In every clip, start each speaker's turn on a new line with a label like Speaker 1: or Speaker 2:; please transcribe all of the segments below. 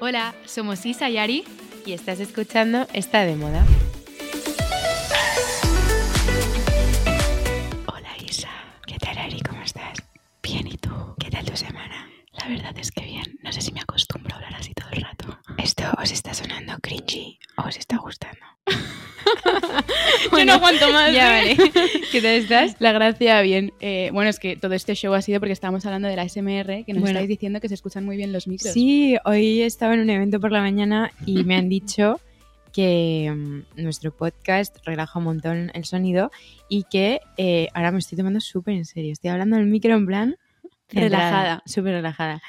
Speaker 1: Hola, somos Isa y Ari y estás escuchando Está de Moda.
Speaker 2: Hola Isa, ¿qué tal Ari? ¿Cómo estás? Bien, ¿y tú? ¿Qué tal tu semana? La verdad es que bien, no sé si me acostumbro a hablar así todo el rato. ¿Esto os está sonando cringy o os está gustando?
Speaker 3: Yo no aguanto más.
Speaker 1: ya
Speaker 3: ¿eh?
Speaker 1: vale. ¿Qué tal estás?
Speaker 3: La gracia, bien. Eh, bueno, es que todo este show ha sido porque estábamos hablando de la SMR, que nos
Speaker 2: Bueno.
Speaker 3: estáis diciendo que se escuchan muy bien los micros.
Speaker 2: Sí, hoy estaba en un evento por la mañana y me han dicho que mm, nuestro podcast relaja un montón el sonido y que eh, ahora me estoy tomando súper en serio. Estoy hablando al micro en plan centrada,
Speaker 3: Relajada.
Speaker 2: súper relajada.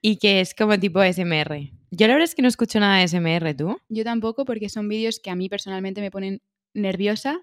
Speaker 2: Y que es como tipo SMR. Yo la verdad es que no escucho nada de SMR, ¿tú?
Speaker 3: Yo tampoco, porque son vídeos que a mí personalmente me ponen nerviosa.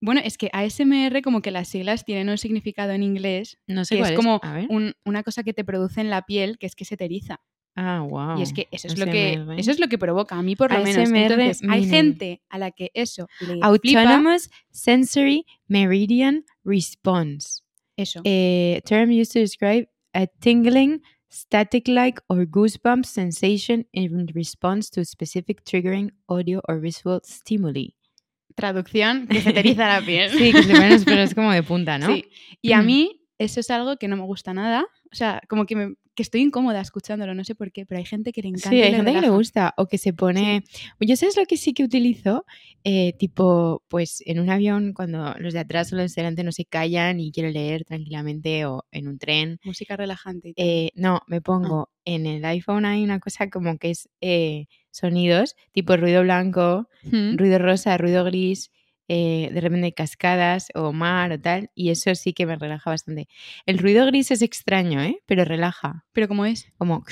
Speaker 3: Bueno, es que ASMR como que las siglas tienen un significado en inglés,
Speaker 2: No sé
Speaker 3: que
Speaker 2: cuál
Speaker 3: es como
Speaker 2: A ver.
Speaker 3: un- una cosa que te produce en la piel, que es que se te eriza.
Speaker 2: Ah, wow.
Speaker 3: y es que eso es lo que
Speaker 2: ASMR.
Speaker 3: eso es lo que provoca a mí por lo menos.
Speaker 2: ASMR
Speaker 3: Entonces, hay
Speaker 2: meaning.
Speaker 3: gente a la que eso le flipa.
Speaker 2: Autonomous Sensory Meridian Response.
Speaker 3: Eso.
Speaker 2: Eh, a term used to describe a tingling, static like, or goosebump sensation in response to specific triggering audio or visual stimuli.
Speaker 3: Traducción que se te eriza la piel.
Speaker 2: Sí, que se ponen los pelos como de punta, ¿no?
Speaker 3: Sí. Y a
Speaker 2: Mm.
Speaker 3: mí eso es algo que no me gusta nada. O sea, como que, me- que estoy incómoda escuchándolo, no sé por qué, pero hay gente que le encanta.
Speaker 2: Sí,
Speaker 3: y
Speaker 2: hay
Speaker 3: le
Speaker 2: gente que le
Speaker 3: relaja.
Speaker 2: gusta o que se pone... Yo sabes lo que sí que utilizo, Eh, tipo, pues en un avión cuando los de atrás o los de delante no se callan y quiero leer tranquilamente o en un tren
Speaker 3: Música relajante. y tal.
Speaker 2: Eh, no,
Speaker 3: Ah.
Speaker 2: me pongo en el iPhone hay una cosa como que es eh, sonidos, tipo ruido blanco,
Speaker 3: Mm.
Speaker 2: ruido rosa, ruido gris, eh, de repente cascadas o mar o tal, y eso sí que me relaja bastante. El ruido gris es extraño, ¿eh? Pero relaja,
Speaker 3: Pero como es.
Speaker 2: como...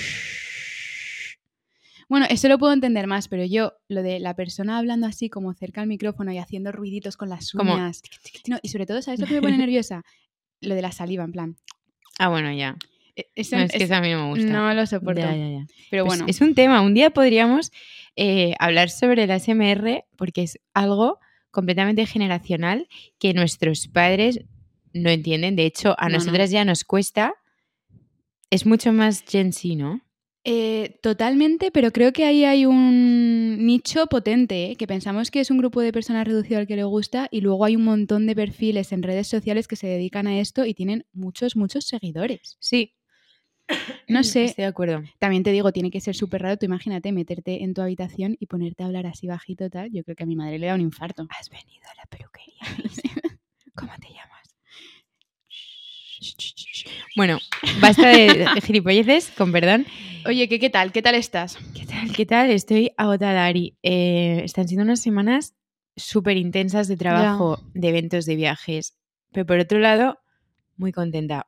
Speaker 3: Bueno, eso lo puedo entender más, pero yo, lo de la persona hablando así como cerca al micrófono y haciendo ruiditos con las
Speaker 2: Como-
Speaker 3: uñas. No, y sobre todo, ¿sabes lo que me pone nerviosa? Lo de la saliva, en plan.
Speaker 2: Ah, bueno, ya.
Speaker 3: E- eso-
Speaker 2: No, es que
Speaker 3: es-
Speaker 2: eso a mí no me gusta.
Speaker 3: no lo soporto.
Speaker 2: Ya, ya, ya.
Speaker 3: Pero
Speaker 2: Pues
Speaker 3: bueno,
Speaker 2: Es un tema. Un día podríamos eh, hablar sobre la SMR porque es algo completamente generacional que nuestros padres no entienden. De hecho, a
Speaker 3: No, no.
Speaker 2: nosotras ya nos cuesta. Es mucho más Gen Z, ¿no?
Speaker 3: Eh, totalmente, pero creo que ahí hay un nicho potente, ¿eh? que pensamos que es un grupo de personas reducido al que le gusta y luego hay un montón de perfiles en redes sociales que se dedican a esto y tienen muchos, muchos seguidores.
Speaker 2: Sí. Este
Speaker 3: No sé,
Speaker 2: Mm, Estoy de acuerdo.
Speaker 3: también te digo, tiene que ser súper raro, tú imagínate meterte en tu habitación y ponerte a hablar así bajito tal, yo creo que a mi madre le da un infarto.
Speaker 2: Has venido a la peluquería. Lisa. ¿Cómo te llamas? Bueno, basta de de gilipolleces, con perdón.
Speaker 3: Oye, ¿qué, qué tal? ¿Qué tal estás?
Speaker 2: ¿Qué tal? ¿Qué tal? Estoy agotada, Ari. Eh, están siendo unas semanas súper intensas de trabajo, de eventos, de viajes. Pero por otro lado, muy contenta.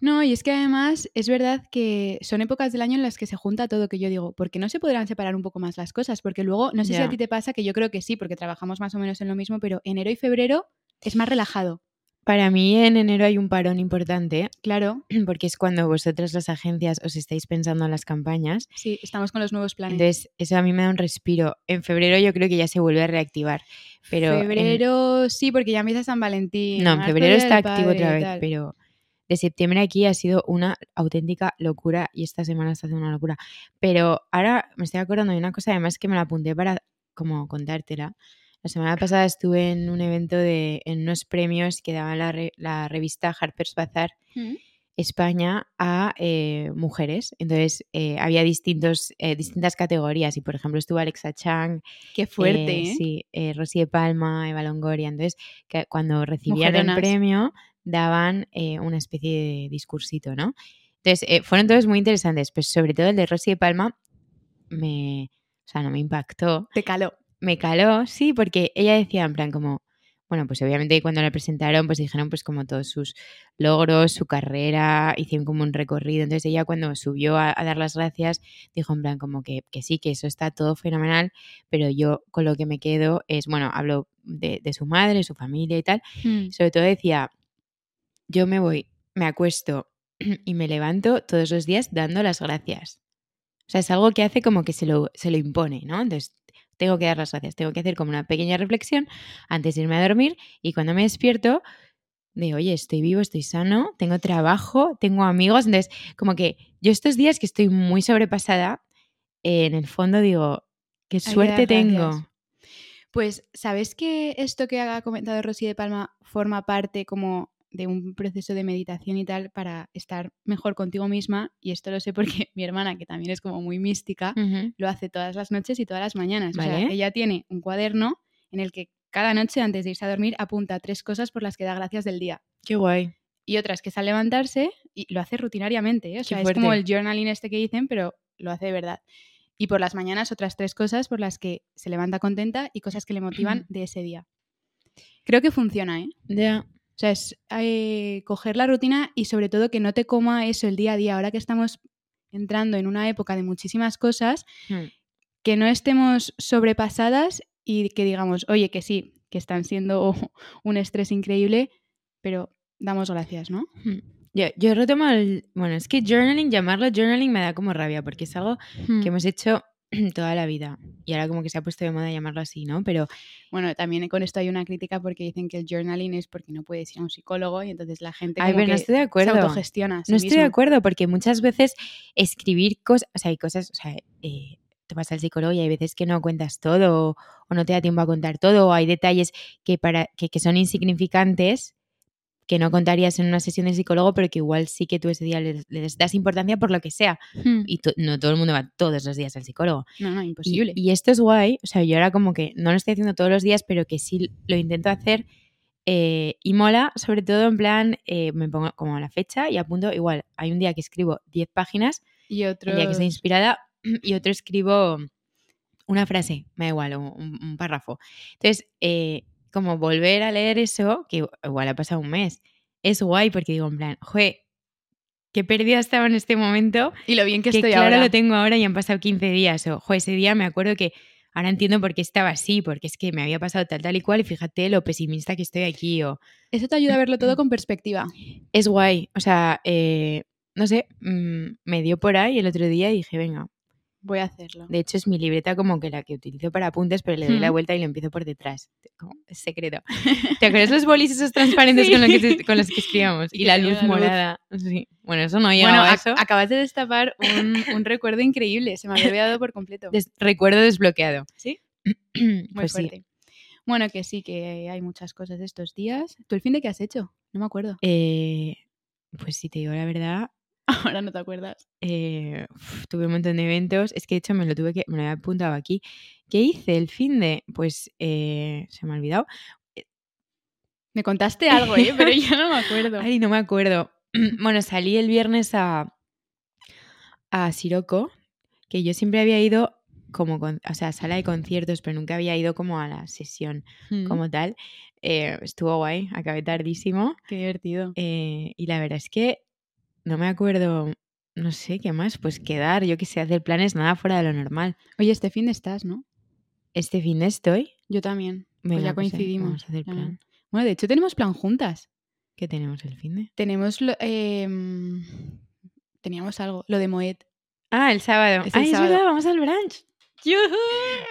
Speaker 3: No, y es que además es verdad que son épocas del año en las que se junta todo que yo digo, porque no se podrán separar un poco más las cosas, porque luego, no sé si
Speaker 2: Ya.
Speaker 3: a ti te pasa, que yo creo que sí, porque trabajamos más o menos en lo mismo, pero enero y febrero es más relajado,
Speaker 2: Para mí en enero hay un parón importante,
Speaker 3: claro,
Speaker 2: porque es cuando vosotras las agencias os estáis pensando en las campañas.
Speaker 3: sí, estamos con los nuevos planes.
Speaker 2: Entonces, eso a mí me da un respiro. En febrero yo creo que ya se vuelve a reactivar. Pero en-
Speaker 3: febrero sí, porque ya empieza San Valentín.
Speaker 2: No, en
Speaker 3: marzo
Speaker 2: febrero
Speaker 3: Día
Speaker 2: está
Speaker 3: del
Speaker 2: activo
Speaker 3: Padre y
Speaker 2: otra vez,
Speaker 3: tal.
Speaker 2: pero de septiembre aquí ha sido una auténtica locura y esta semana está haciendo una locura. Pero ahora me estoy acordando de una cosa además que me la apunté para como contártela. La semana pasada estuve en un evento de en unos premios que daban la, re- la revista Harper's Bazaar
Speaker 3: Mm.
Speaker 2: España a eh, mujeres. Entonces eh, había distintos,
Speaker 3: Mm.
Speaker 2: eh, distintas categorías y por ejemplo estuvo Alexa Chang,
Speaker 3: Qué fuerte,
Speaker 2: eh,
Speaker 3: ¿eh?
Speaker 2: Sí, eh, Rosy de Palma, Eva Longoria. Entonces, que cuando recibían
Speaker 3: Mujeronas.
Speaker 2: el premio, daban eh, una especie de discursito, ¿no? Entonces, eh, fueron todos muy interesantes, pero sobre todo el de Rosy de Palma me, o sea, no me impactó,
Speaker 3: Te caló.
Speaker 2: me caló, sí, porque ella decía en plan como, bueno, pues obviamente cuando la presentaron, pues dijeron pues como todos sus logros, su carrera, hicieron como un recorrido. Entonces ella cuando subió a, a dar las gracias, dijo en plan como que, que sí, que eso está todo fenomenal, pero yo con lo que me quedo es, bueno, habló de, de su madre, su familia y tal.
Speaker 3: Mm.
Speaker 2: Y sobre todo decía, yo me voy, me acuesto y me levanto todos los días dando las gracias. O sea, es algo que hace como que se lo, se lo impone, ¿no? Entonces, tengo que dar las gracias, tengo que hacer como una pequeña reflexión antes de irme a dormir y cuando me despierto, de, oye, estoy vivo, estoy sano, tengo trabajo, tengo amigos. Entonces, como que yo estos días que estoy muy sobrepasada, eh, en el fondo digo, qué
Speaker 3: que dar
Speaker 2: suerte
Speaker 3: gracias.
Speaker 2: tengo.
Speaker 3: Pues, ¿sabes que esto que ha comentado Rosy de Palma forma parte como de un proceso de meditación y tal para estar mejor contigo misma? Y esto lo sé porque mi hermana, que también es como muy mística,
Speaker 2: Ujú.
Speaker 3: lo hace todas las noches y todas las mañanas. O sea,
Speaker 2: Mm. Vale.
Speaker 3: ella tiene un cuaderno en el que cada noche antes de irse a dormir apunta tres cosas por las que da gracias del día.
Speaker 2: Qué guay.
Speaker 3: Y otras que es al levantarse y lo hace rutinariamente. ¿eh? O
Speaker 2: Qué
Speaker 3: sea, es como
Speaker 2: fuerte.
Speaker 3: el journaling este que dicen, pero lo hace de verdad. Y por las mañanas otras tres cosas por las que se levanta contenta y cosas que le motivan de ese día. Creo que funciona, ¿eh?
Speaker 2: Ya.
Speaker 3: O sea, es eh, coger la rutina y sobre todo que no te coma eso el día a día. Ahora que estamos entrando en una época de muchísimas cosas,
Speaker 2: Hmm.
Speaker 3: que no estemos sobrepasadas y que digamos, oye, que sí, que están siendo un estrés increíble, pero damos gracias, ¿no?
Speaker 2: Yo, yo retomo el... Bueno, es que journaling, llamarlo journaling me da como rabia, porque es algo
Speaker 3: Hmm.
Speaker 2: que hemos hecho toda la vida. Y ahora como que se ha puesto de moda llamarlo así, ¿no? Pero
Speaker 3: Bueno, también con esto hay una crítica porque dicen que el journaling es porque no puedes ir a un psicólogo y entonces la gente
Speaker 2: Ay,
Speaker 3: como
Speaker 2: pero no
Speaker 3: que
Speaker 2: estoy de acuerdo.
Speaker 3: se autogestiona. a sí
Speaker 2: no estoy de
Speaker 3: mismo.
Speaker 2: acuerdo, porque muchas veces escribir cosas, o sea, hay cosas, o sea, eh, te vas al psicólogo y hay veces que no cuentas todo, o, no te da tiempo a contar todo, o hay detalles que, para, que, que son insignificantes que no contarías en una sesión de psicólogo, pero que igual sí que tú ese día les, les das importancia por lo que sea.
Speaker 3: Hmm.
Speaker 2: Y to- no todo el mundo va todos los días al psicólogo.
Speaker 3: No, no,
Speaker 2: Y-
Speaker 3: imposible.
Speaker 2: Y, esto es guay. O sea, yo ahora como que no lo estoy haciendo todos los días, pero que sí lo intento hacer. eh, y mola, sobre todo en plan, eh, me pongo como la fecha y apunto. Igual, hay un día que escribo 10 páginas,
Speaker 3: Y, otro
Speaker 2: el día que estoy inspirada, y otro escribo una frase, me da igual, o un, un párrafo. Entonces, eh, como volver a leer eso, que igual ha pasado un mes, es guay porque digo en plan, jue, qué perdida estaba en este momento
Speaker 3: y lo bien que,
Speaker 2: que
Speaker 3: estoy
Speaker 2: claro
Speaker 3: ahora.
Speaker 2: lo tengo ahora y han pasado 15 días. O, jo, ese día me acuerdo que ahora entiendo por qué estaba así, porque es que me había pasado tal, tal y cual, y fíjate lo pesimista que estoy aquí. O,
Speaker 3: Eso te ayuda a verlo
Speaker 2: Hmm.
Speaker 3: todo con perspectiva.
Speaker 2: es guay, o sea, eh, no sé, mm, me dio por ahí el otro día y dije, venga,
Speaker 3: Voy a hacerlo.
Speaker 2: de hecho es mi libreta como que la que utilizo para apuntes, pero le doy la
Speaker 3: Ujú.
Speaker 2: vuelta y lo empiezo por detrás. Como, es secreto. ¿Te acuerdas los bolis esos transparentes con, los que,
Speaker 3: Sí.
Speaker 2: se- con los que escribíamos?
Speaker 3: Y
Speaker 2: Y,
Speaker 3: que
Speaker 2: la
Speaker 3: tenía
Speaker 2: luz
Speaker 3: la luz.
Speaker 2: morada. Sí. Bueno, eso no llegaba
Speaker 3: Bueno,
Speaker 2: a
Speaker 3: ac-
Speaker 2: eso.
Speaker 3: acabas de destapar un, un recuerdo increíble, se me había olvidado por completo.
Speaker 2: Des- recuerdo desbloqueado. Pues
Speaker 3: ¿Sí?
Speaker 2: Muy
Speaker 3: Muy fuerte. Bueno, que sí, que hay muchas cosas estos días. ¿Tú el fin de qué has hecho? No me acuerdo.
Speaker 2: Eh, pues si te digo la verdad,
Speaker 3: Ahora no te acuerdas.
Speaker 2: eh, uf, tuve un montón de eventos. Es que de hecho me lo tuve que, me lo había apuntado aquí. ¿Qué hice el fin de? Pues eh, se me ha olvidado.
Speaker 3: Me contaste algo, ¿eh? Pero yo no me acuerdo.
Speaker 2: Ay, no me acuerdo. bueno, salí el viernes a, a Siroco, que yo siempre había ido como, con, o sea, a sala de conciertos, pero nunca había ido como a la sesión
Speaker 3: Mm,
Speaker 2: como tal. Eh, estuvo guay, acabé tardísimo.
Speaker 3: Qué divertido.
Speaker 2: Eh, y la verdad es que no me acuerdo, no sé qué más, pues quedar, yo qué sé, hacer planes nada fuera de lo normal.
Speaker 3: Oye, este fin de estás, ¿no?
Speaker 2: Este fin de estoy.
Speaker 3: Yo también. Pues
Speaker 2: Venga,
Speaker 3: ya
Speaker 2: pues, eh,
Speaker 3: coincidimos.
Speaker 2: vamos a hacer
Speaker 3: ya.
Speaker 2: plan.
Speaker 3: Bueno, de hecho tenemos plan juntas.
Speaker 2: ¿Qué tenemos el fin de?
Speaker 3: Tenemos lo, eh, mm, teníamos algo, lo de Moet.
Speaker 2: Ah, el sábado.
Speaker 3: Es el
Speaker 2: Ah, es
Speaker 3: sábado.
Speaker 2: verdad, vamos al brunch.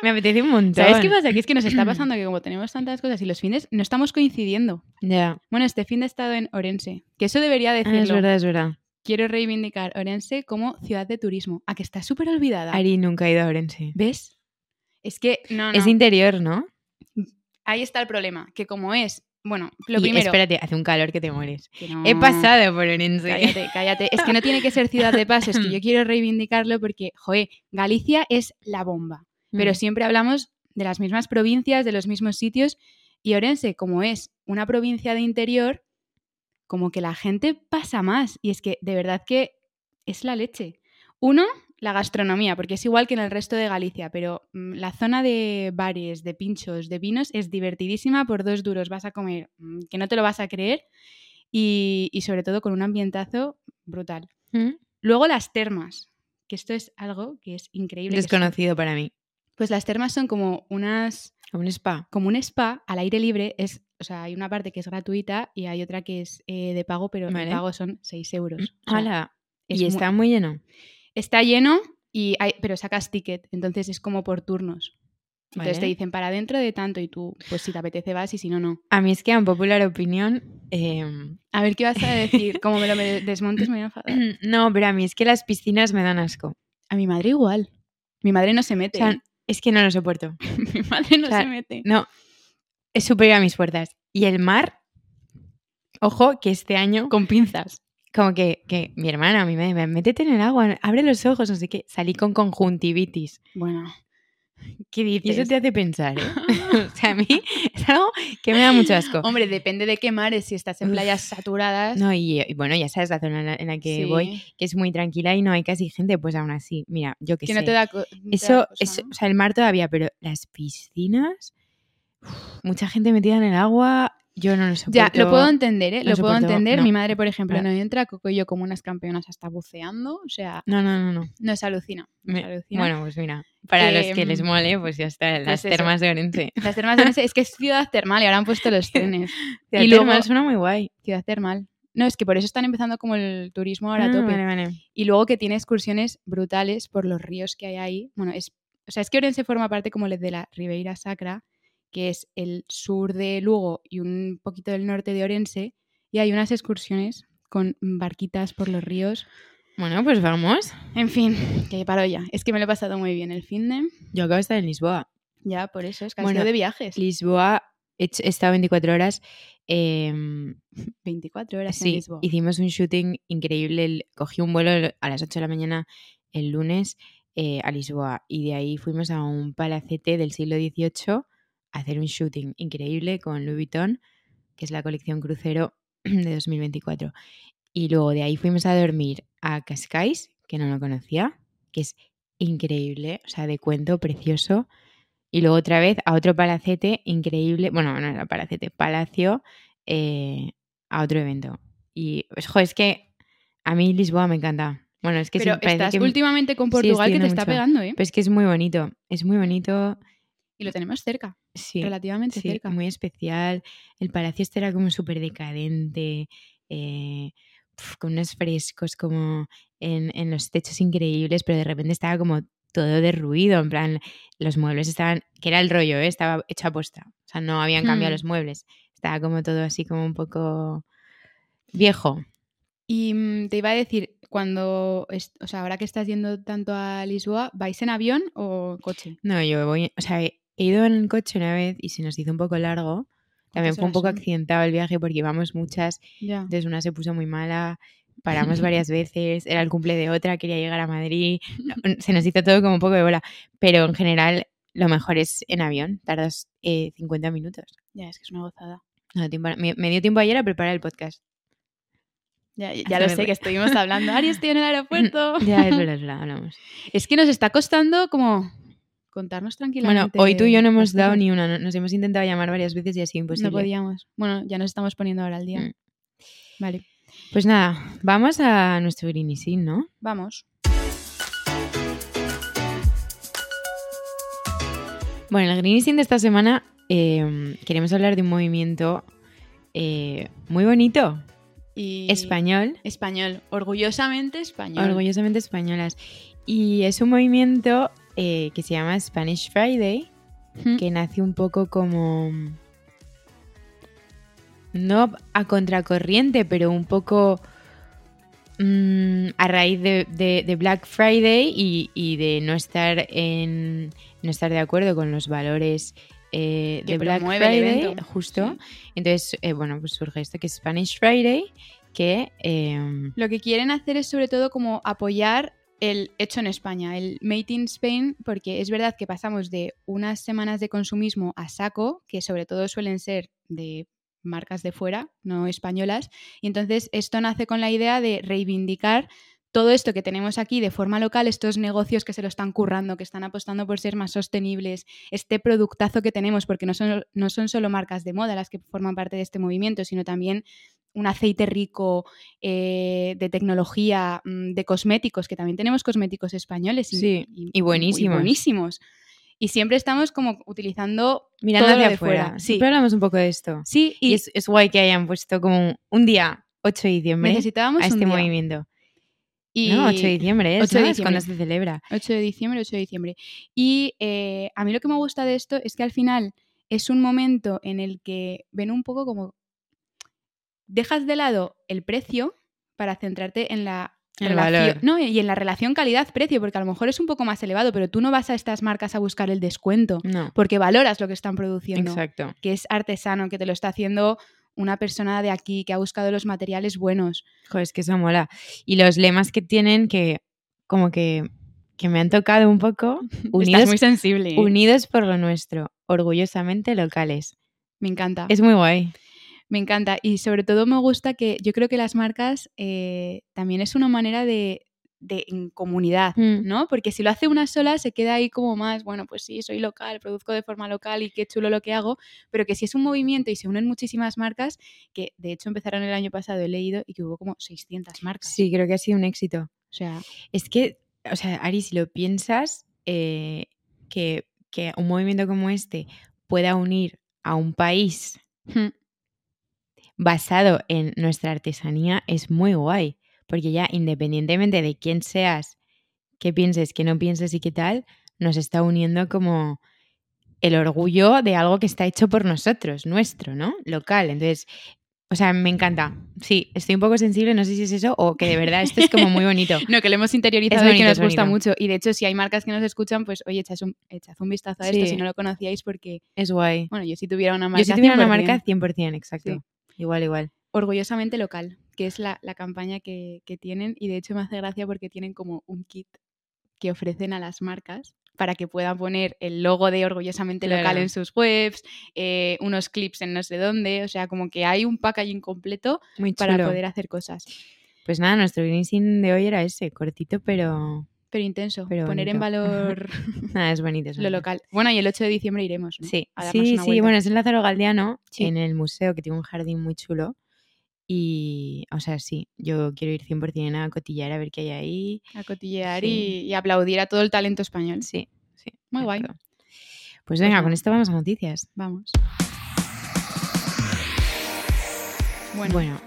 Speaker 2: Me apetece un montón.
Speaker 3: ¿Sabes qué pasa? Que es que nos está pasando que como tenemos tantas cosas y los fines no estamos coincidiendo.
Speaker 2: Ya.
Speaker 3: Bueno, este fin de he estado en Orense, que eso debería
Speaker 2: Ah, es
Speaker 3: decirlo.
Speaker 2: verdad, es verdad.
Speaker 3: Quiero reivindicar Orense como ciudad de turismo, a que está súper olvidada.
Speaker 2: Ari nunca ha ido a Orense.
Speaker 3: ¿Ves? Es que no, no.
Speaker 2: Es interior, ¿no?
Speaker 3: ahí está el problema, que como es, bueno, lo
Speaker 2: Y
Speaker 3: primero.
Speaker 2: espérate, hace un calor que te mueres.
Speaker 3: que no-
Speaker 2: He pasado por Orense.
Speaker 3: Cállate, cállate. Es que no tiene que ser ciudad de pasos, que yo quiero reivindicarlo porque, joe, Galicia es la bomba.
Speaker 2: Mm.
Speaker 3: pero siempre hablamos de las mismas provincias, de los mismos sitios, y Orense, como es una provincia de interior, como que la gente pasa más, y es que de verdad que es la leche. Uno, la gastronomía, porque es igual que en el resto de Galicia, pero mm, la zona de bares, de pinchos, de vinos es divertidísima por dos duros, vas a comer, mm, que no te lo vas a creer, y, y sobre todo con un ambientazo brutal.
Speaker 2: Mm.
Speaker 3: Luego las termas, que esto es algo que es increíble. que son-
Speaker 2: Desconocido para mí.
Speaker 3: pues las termas son como unas,
Speaker 2: Un spa.
Speaker 3: como un spa al aire libre. Es, o sea, hay una parte que es gratuita y hay otra que es eh, de pago, pero el
Speaker 2: Vale.
Speaker 3: pago son 6 euros. O sea,
Speaker 2: Hola.
Speaker 3: es
Speaker 2: y
Speaker 3: mu-
Speaker 2: está muy lleno.
Speaker 3: está lleno, y hay- pero sacas ticket, entonces es como por turnos. Entonces
Speaker 2: Vale.
Speaker 3: te dicen para dentro de tanto y tú, pues si te apetece vas y si no, no.
Speaker 2: A mí es que, en popular opinión, em,
Speaker 3: A ver qué vas a decir, como me lo me desmontes me voy a enfadar.
Speaker 2: No, pero a mí es que las piscinas me dan asco.
Speaker 3: A mi madre igual. Mi madre no se mete. ¿eh?
Speaker 2: O sea, es que no lo soporto.
Speaker 3: mi madre no
Speaker 2: o sea,
Speaker 3: se mete.
Speaker 2: No, es superior a mis fuerzas. Y el mar, ojo, que este año,
Speaker 3: Con pinzas.
Speaker 2: como que, que mi hermana a mí me decía, métete en el agua, abre los ojos, no sé qué. Salí con conjuntivitis.
Speaker 3: Bueno.
Speaker 2: ¿Qué dices? Y eso
Speaker 3: dices?
Speaker 2: te hace pensar, ¿eh? o sea, a mí es algo que me da mucho asco.
Speaker 3: Hombre, depende de qué mares. Si estás en
Speaker 2: Uf.
Speaker 3: playas saturadas.
Speaker 2: No, y, y bueno, ya sabes la zona en la, en la que
Speaker 3: sí,
Speaker 2: voy, que es muy tranquila y no hay casi gente, pues aún así, mira, yo que
Speaker 3: Que
Speaker 2: sé.
Speaker 3: no te da. co- no te da
Speaker 2: Eso,
Speaker 3: cosa,
Speaker 2: eso-
Speaker 3: ¿no?
Speaker 2: o sea, el mar todavía, pero las piscinas, uf, mucha gente metida en el agua, yo no lo
Speaker 3: Ya,
Speaker 2: soporto.
Speaker 3: lo puedo entender, ¿eh?
Speaker 2: no
Speaker 3: Lo puedo
Speaker 2: soporto-
Speaker 3: entender.
Speaker 2: no.
Speaker 3: Mi madre, por ejemplo,
Speaker 2: Claro.
Speaker 3: no entra, Coco y yo como unas campeonas hasta buceando. O sea,
Speaker 2: No, no, no, no.
Speaker 3: no es alucina. No
Speaker 2: Me-
Speaker 3: es alucina.
Speaker 2: Bueno, pues mira, para los que
Speaker 3: Em,
Speaker 2: les mole, pues ya está, las
Speaker 3: eso.
Speaker 2: termas de Orense.
Speaker 3: Las termas de Orense- es que es ciudad termal y ahora han puesto los trenes.
Speaker 2: Y
Speaker 3: luego-
Speaker 2: luego suena muy guay.
Speaker 3: Ciudad termal. No, es que por eso están empezando como el turismo ahora a
Speaker 2: Ah,
Speaker 3: tope.
Speaker 2: vale, vale.
Speaker 3: Y luego que tiene excursiones brutales por los ríos que hay ahí. Bueno, es, o sea, es que Orense forma parte como de la Ribeira Sacra, que es el sur de Lugo y un poquito del norte de Orense. Y hay unas excursiones con barquitas por los ríos.
Speaker 2: Bueno, pues vamos.
Speaker 3: En fin, que paro ya. Es que me lo he pasado muy bien el fin de.
Speaker 2: Yo acabo de estar en Lisboa.
Speaker 3: Ya, por eso, es que han
Speaker 2: Bueno,
Speaker 3: sido de viajes.
Speaker 2: Lisboa, he, hecho- he estado 24 horas. em,
Speaker 3: 24 horas en
Speaker 2: Sí,
Speaker 3: Lisboa.
Speaker 2: hicimos un shooting increíble. el- Cogí un vuelo el- a las 8 de la mañana el lunes eh, a Lisboa y de ahí fuimos a un palacete del siglo XVIII a hacer un shooting increíble con Louis Vuitton, que es la colección crucero de 2024. Y luego de ahí fuimos a dormir a Cascais, que no lo conocía, que es increíble, o sea, de cuento precioso. Y luego otra vez a otro palacete increíble, bueno, no era palacete, palacio, eh, a otro evento. Y, pues, jo, es que a mí Lisboa me encanta. Bueno, es que
Speaker 3: Pero
Speaker 2: sí, parece
Speaker 3: estás
Speaker 2: que-
Speaker 3: últimamente con
Speaker 2: Sí, estoy
Speaker 3: Portugal que
Speaker 2: yendo
Speaker 3: te está
Speaker 2: mucho.
Speaker 3: pegando, ¿eh?
Speaker 2: pero es que es muy bonito, es muy bonito,
Speaker 3: Y lo tenemos cerca,
Speaker 2: sí,
Speaker 3: relativamente
Speaker 2: sí,
Speaker 3: cerca.
Speaker 2: muy especial. El palacio este era como súper decadente, eh, uf, con unos frescos como en, en los techos increíbles, pero de repente estaba como todo derruido, en plan, los muebles estaban, que era el rollo, ¿eh? estaba hecho a posta, o sea, no habían cambiado
Speaker 3: Hmm.
Speaker 2: los muebles, estaba como todo así como un poco viejo.
Speaker 3: Y mm, te iba a decir, cuando, es- o sea, ahora que estás yendo tanto a Lisboa, ¿vais en avión o coche?
Speaker 2: No, yo voy, o sea, he he ido en el coche una vez y se nos hizo un poco largo.
Speaker 3: ¿Cuántas
Speaker 2: También fue un
Speaker 3: horas
Speaker 2: poco
Speaker 3: son?
Speaker 2: accidentado el viaje porque íbamos muchas,
Speaker 3: Ya.
Speaker 2: entonces una se puso muy mala, paramos varias veces, era el cumple de otra, quería llegar a Madrid, no, se nos hizo todo como un poco de bola, pero en general lo mejor es en avión, tardas eh, 50 minutos.
Speaker 3: Ya, es que es una gozada.
Speaker 2: No, da tiempo a- me, me dio tiempo ayer a preparar el podcast.
Speaker 3: Ya, ya
Speaker 2: Hasta
Speaker 3: lo
Speaker 2: me
Speaker 3: sé,
Speaker 2: re-
Speaker 3: que estuvimos hablando. Ari, estoy en el aeropuerto.
Speaker 2: Ya, es verdad, es verdad, hablamos.
Speaker 3: Es que nos está costando como contarnos
Speaker 2: Bueno,
Speaker 3: tranquilamente.
Speaker 2: hoy tú y yo no hemos
Speaker 3: las cosas.
Speaker 2: dado ni una, no- nos hemos intentado llamar varias veces y así imposible.
Speaker 3: No podíamos. Bueno, ya nos estamos poniendo ahora al día.
Speaker 2: Mm.
Speaker 3: Vale,
Speaker 2: Pues nada, vamos a nuestro Green ¿no?
Speaker 3: vamos.
Speaker 2: Bueno, en el Green Sin de esta semana eh, queremos hablar de un movimiento eh, muy bonito,
Speaker 3: Y...
Speaker 2: español,
Speaker 3: Español, orgullosamente español.
Speaker 2: orgullosamente españolas. Y es un movimiento eh, que se llama Spanish Friday,
Speaker 3: Ujú.
Speaker 2: que nace un poco como... No a contracorriente, pero un poco mm, a raíz de, de- de Black Friday y, y de no estar, en, no estar de acuerdo con los valores eh,
Speaker 3: Que
Speaker 2: de Black
Speaker 3: promueve el
Speaker 2: Friday,
Speaker 3: evento.
Speaker 2: justo. Entonces, eh, bueno, pues surge esto que es Spanish Friday, que... eh,
Speaker 3: Lo que quieren hacer es sobre todo como apoyar el hecho en España, el Made in Spain, porque es verdad que pasamos de unas semanas de consumismo a saco, que sobre todo suelen ser de marcas de fuera, no españolas, y entonces esto nace con la idea de reivindicar todo esto que tenemos aquí de forma local, estos negocios que se lo están currando, que están apostando por ser más sostenibles, este productazo que tenemos, porque no son, no son solo marcas de moda las que forman parte de este movimiento, sino también un aceite rico, eh, de tecnología, mm, de cosméticos, que también tenemos cosméticos españoles. y-
Speaker 2: Sí,
Speaker 3: y,
Speaker 2: y buenísimos.
Speaker 3: Y buenísimos. Y siempre estamos como utilizando...
Speaker 2: mirando
Speaker 3: todo lo
Speaker 2: hacia
Speaker 3: de
Speaker 2: afuera.
Speaker 3: fuera, sí.
Speaker 2: Siempre hablamos un poco de esto.
Speaker 3: Sí,
Speaker 2: Y,
Speaker 3: y
Speaker 2: es, es guay que hayan puesto como un, un día, 8 de diciembre,
Speaker 3: necesitábamos
Speaker 2: a este
Speaker 3: un día.
Speaker 2: movimiento.
Speaker 3: Y-
Speaker 2: No, 8 de diciembre, es,
Speaker 3: 8 de
Speaker 2: ¿no? Es cuando
Speaker 3: diciembre.
Speaker 2: se celebra.
Speaker 3: 8 de diciembre, 8 de diciembre. Y eh, a mí lo que me gusta de esto es que al final es un momento en el que ven un poco como dejas de lado el precio para centrarte en la
Speaker 2: El
Speaker 3: relación-
Speaker 2: valor.
Speaker 3: No, y en la relación calidad-precio, porque a lo mejor es un poco más elevado, pero tú no vas a estas marcas a buscar el descuento,
Speaker 2: No,
Speaker 3: porque valoras lo que están produciendo,
Speaker 2: exacto.
Speaker 3: que es artesano, que te lo está haciendo una persona de aquí, que ha buscado los materiales buenos.
Speaker 2: Joder, es que eso mola. Y los lemas que tienen que como que, que me han tocado un poco, unidos,
Speaker 3: Estás muy sensible. ¿eh?
Speaker 2: unidos por lo nuestro, orgullosamente locales.
Speaker 3: Me encanta.
Speaker 2: Es muy guay.
Speaker 3: Me encanta. Y sobre todo me gusta que yo creo que las marcas eh, también es una manera de, de en comunidad,
Speaker 2: Mm.
Speaker 3: ¿no? Porque si lo hace una sola se queda ahí como más, bueno, pues sí, soy local, produzco de forma local y qué chulo lo que hago, pero que si es un movimiento y se unen muchísimas marcas, que de hecho empezaron el año pasado, he leído, y que hubo como 600 marcas.
Speaker 2: Sí, creo que ha sido un éxito.
Speaker 3: O sea,
Speaker 2: Es que, o sea, Ari, si lo piensas, eh, que, que un movimiento como este pueda unir a un país basado en nuestra artesanía es muy guay. Porque ya independientemente de quién seas, qué pienses, qué no pienses y qué tal, nos está uniendo como el orgullo de algo que está hecho por nosotros, nuestro, ¿no? Local. Entonces, o sea, me encanta. Sí, estoy un poco sensible, no sé si es eso o que de verdad esto es como muy bonito.
Speaker 3: no, que lo hemos interiorizado
Speaker 2: Es
Speaker 3: y que
Speaker 2: bonito,
Speaker 3: nos
Speaker 2: es
Speaker 3: gusta
Speaker 2: bonito.
Speaker 3: mucho. Y de hecho, si hay marcas que nos escuchan, pues oye, echad un, echad un vistazo a esto
Speaker 2: Sí.
Speaker 3: si no lo conocíais, porque,
Speaker 2: Es guay.
Speaker 3: bueno, yo si tuviera una marca.
Speaker 2: Yo si tuviera una
Speaker 3: 100%.
Speaker 2: marca, 100%, exacto.
Speaker 3: Sí.
Speaker 2: Igual, igual.
Speaker 3: orgullosamente local, que es la, la campaña que, que tienen. Y de hecho me hace gracia porque tienen como un kit que ofrecen a las marcas para que puedan poner el logo de orgullosamente local
Speaker 2: Claro.
Speaker 3: en sus webs, eh, unos clips en no sé dónde, o sea, como que hay un packaging completo
Speaker 2: Muy chulo.
Speaker 3: para poder hacer cosas.
Speaker 2: Pues nada, nuestro greensing de hoy era ese, cortito, pero
Speaker 3: Pero intenso,
Speaker 2: Pero
Speaker 3: poner en
Speaker 2: bonito.
Speaker 3: valor
Speaker 2: nada, es bonito. es
Speaker 3: lo
Speaker 2: bonito.
Speaker 3: local. Bueno, y el 8 de diciembre iremos. ¿no?
Speaker 2: Sí,
Speaker 3: a darnos
Speaker 2: sí,
Speaker 3: una
Speaker 2: sí.
Speaker 3: vuelta.
Speaker 2: Bueno, es en Lázaro Galdiano,
Speaker 3: Sí.
Speaker 2: en el museo, que tiene un jardín muy chulo. Y, o sea, sí, yo quiero ir 100% a cotillar a ver qué hay ahí.
Speaker 3: A cotillear
Speaker 2: Sí.
Speaker 3: y, y aplaudir a todo el talento español.
Speaker 2: Sí, sí.
Speaker 3: Muy guay.
Speaker 2: exacto. Pues venga, con
Speaker 3: nada.
Speaker 2: esto vamos a noticias.
Speaker 3: Vamos.
Speaker 2: Bueno.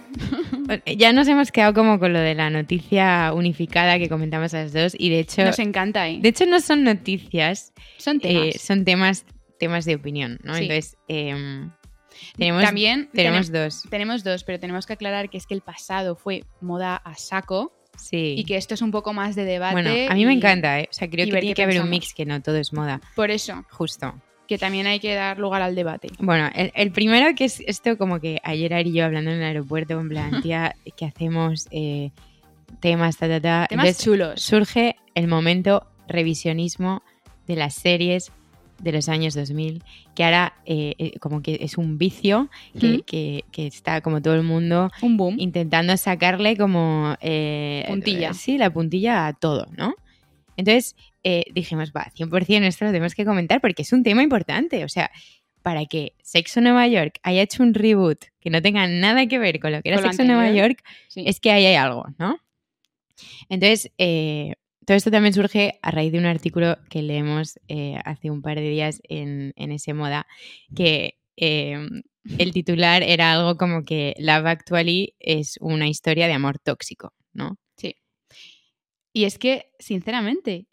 Speaker 2: ya nos hemos quedado como con lo de la noticia unificada que comentamos las dos y de hecho,
Speaker 3: Nos encanta, ¿eh?
Speaker 2: de hecho no son noticias,
Speaker 3: Son temas.
Speaker 2: eh, son temas, temas de opinión, ¿no?
Speaker 3: Sí.
Speaker 2: Entonces, em, tenemos,
Speaker 3: También
Speaker 2: tenemos
Speaker 3: tenem-
Speaker 2: dos.
Speaker 3: tenemos dos, pero tenemos que aclarar que es que el pasado fue moda a saco
Speaker 2: Sí.
Speaker 3: y que esto es un poco más de debate.
Speaker 2: bueno, a mí me
Speaker 3: y
Speaker 2: encanta, ¿eh? O sea, creo
Speaker 3: y
Speaker 2: que
Speaker 3: ver
Speaker 2: tiene
Speaker 3: qué
Speaker 2: que haber un
Speaker 3: pensamos.
Speaker 2: mix, que no todo es moda,
Speaker 3: Por eso,
Speaker 2: justo.
Speaker 3: que también hay que dar lugar al debate.
Speaker 2: Bueno, el, el primero que es esto como que ayer Ari y yo hablando en el aeropuerto, en plan, tía, que hacemos eh, temas, ta, ta, ta.
Speaker 3: Temas
Speaker 2: Entonces,
Speaker 3: chulos.
Speaker 2: surge el momento revisionismo de las series de los años 2000, que ahora eh, eh, como que es un vicio que,
Speaker 3: Ujú.
Speaker 2: que- que está como todo el mundo
Speaker 3: Un boom.
Speaker 2: intentando sacarle como... eh,
Speaker 3: Puntilla.
Speaker 2: Sí, la puntilla a todo, ¿no? Entonces eh, dijimos, va, 100% esto lo tenemos que comentar porque es un tema importante. O sea, para que Sexo Nueva York haya hecho un reboot que no tenga nada que ver con lo que era
Speaker 3: Con lo
Speaker 2: Sexo Nueva
Speaker 3: anterior.
Speaker 2: York,
Speaker 3: Sí.
Speaker 2: es que ahí hay algo, ¿no? Entonces, eh, todo esto también surge a raíz de un artículo que leemos eh, hace un par de días en, en ese moda, que eh, el titular era algo como que Love Actually es una historia de amor tóxico, ¿no?
Speaker 3: Y es que, sinceramente,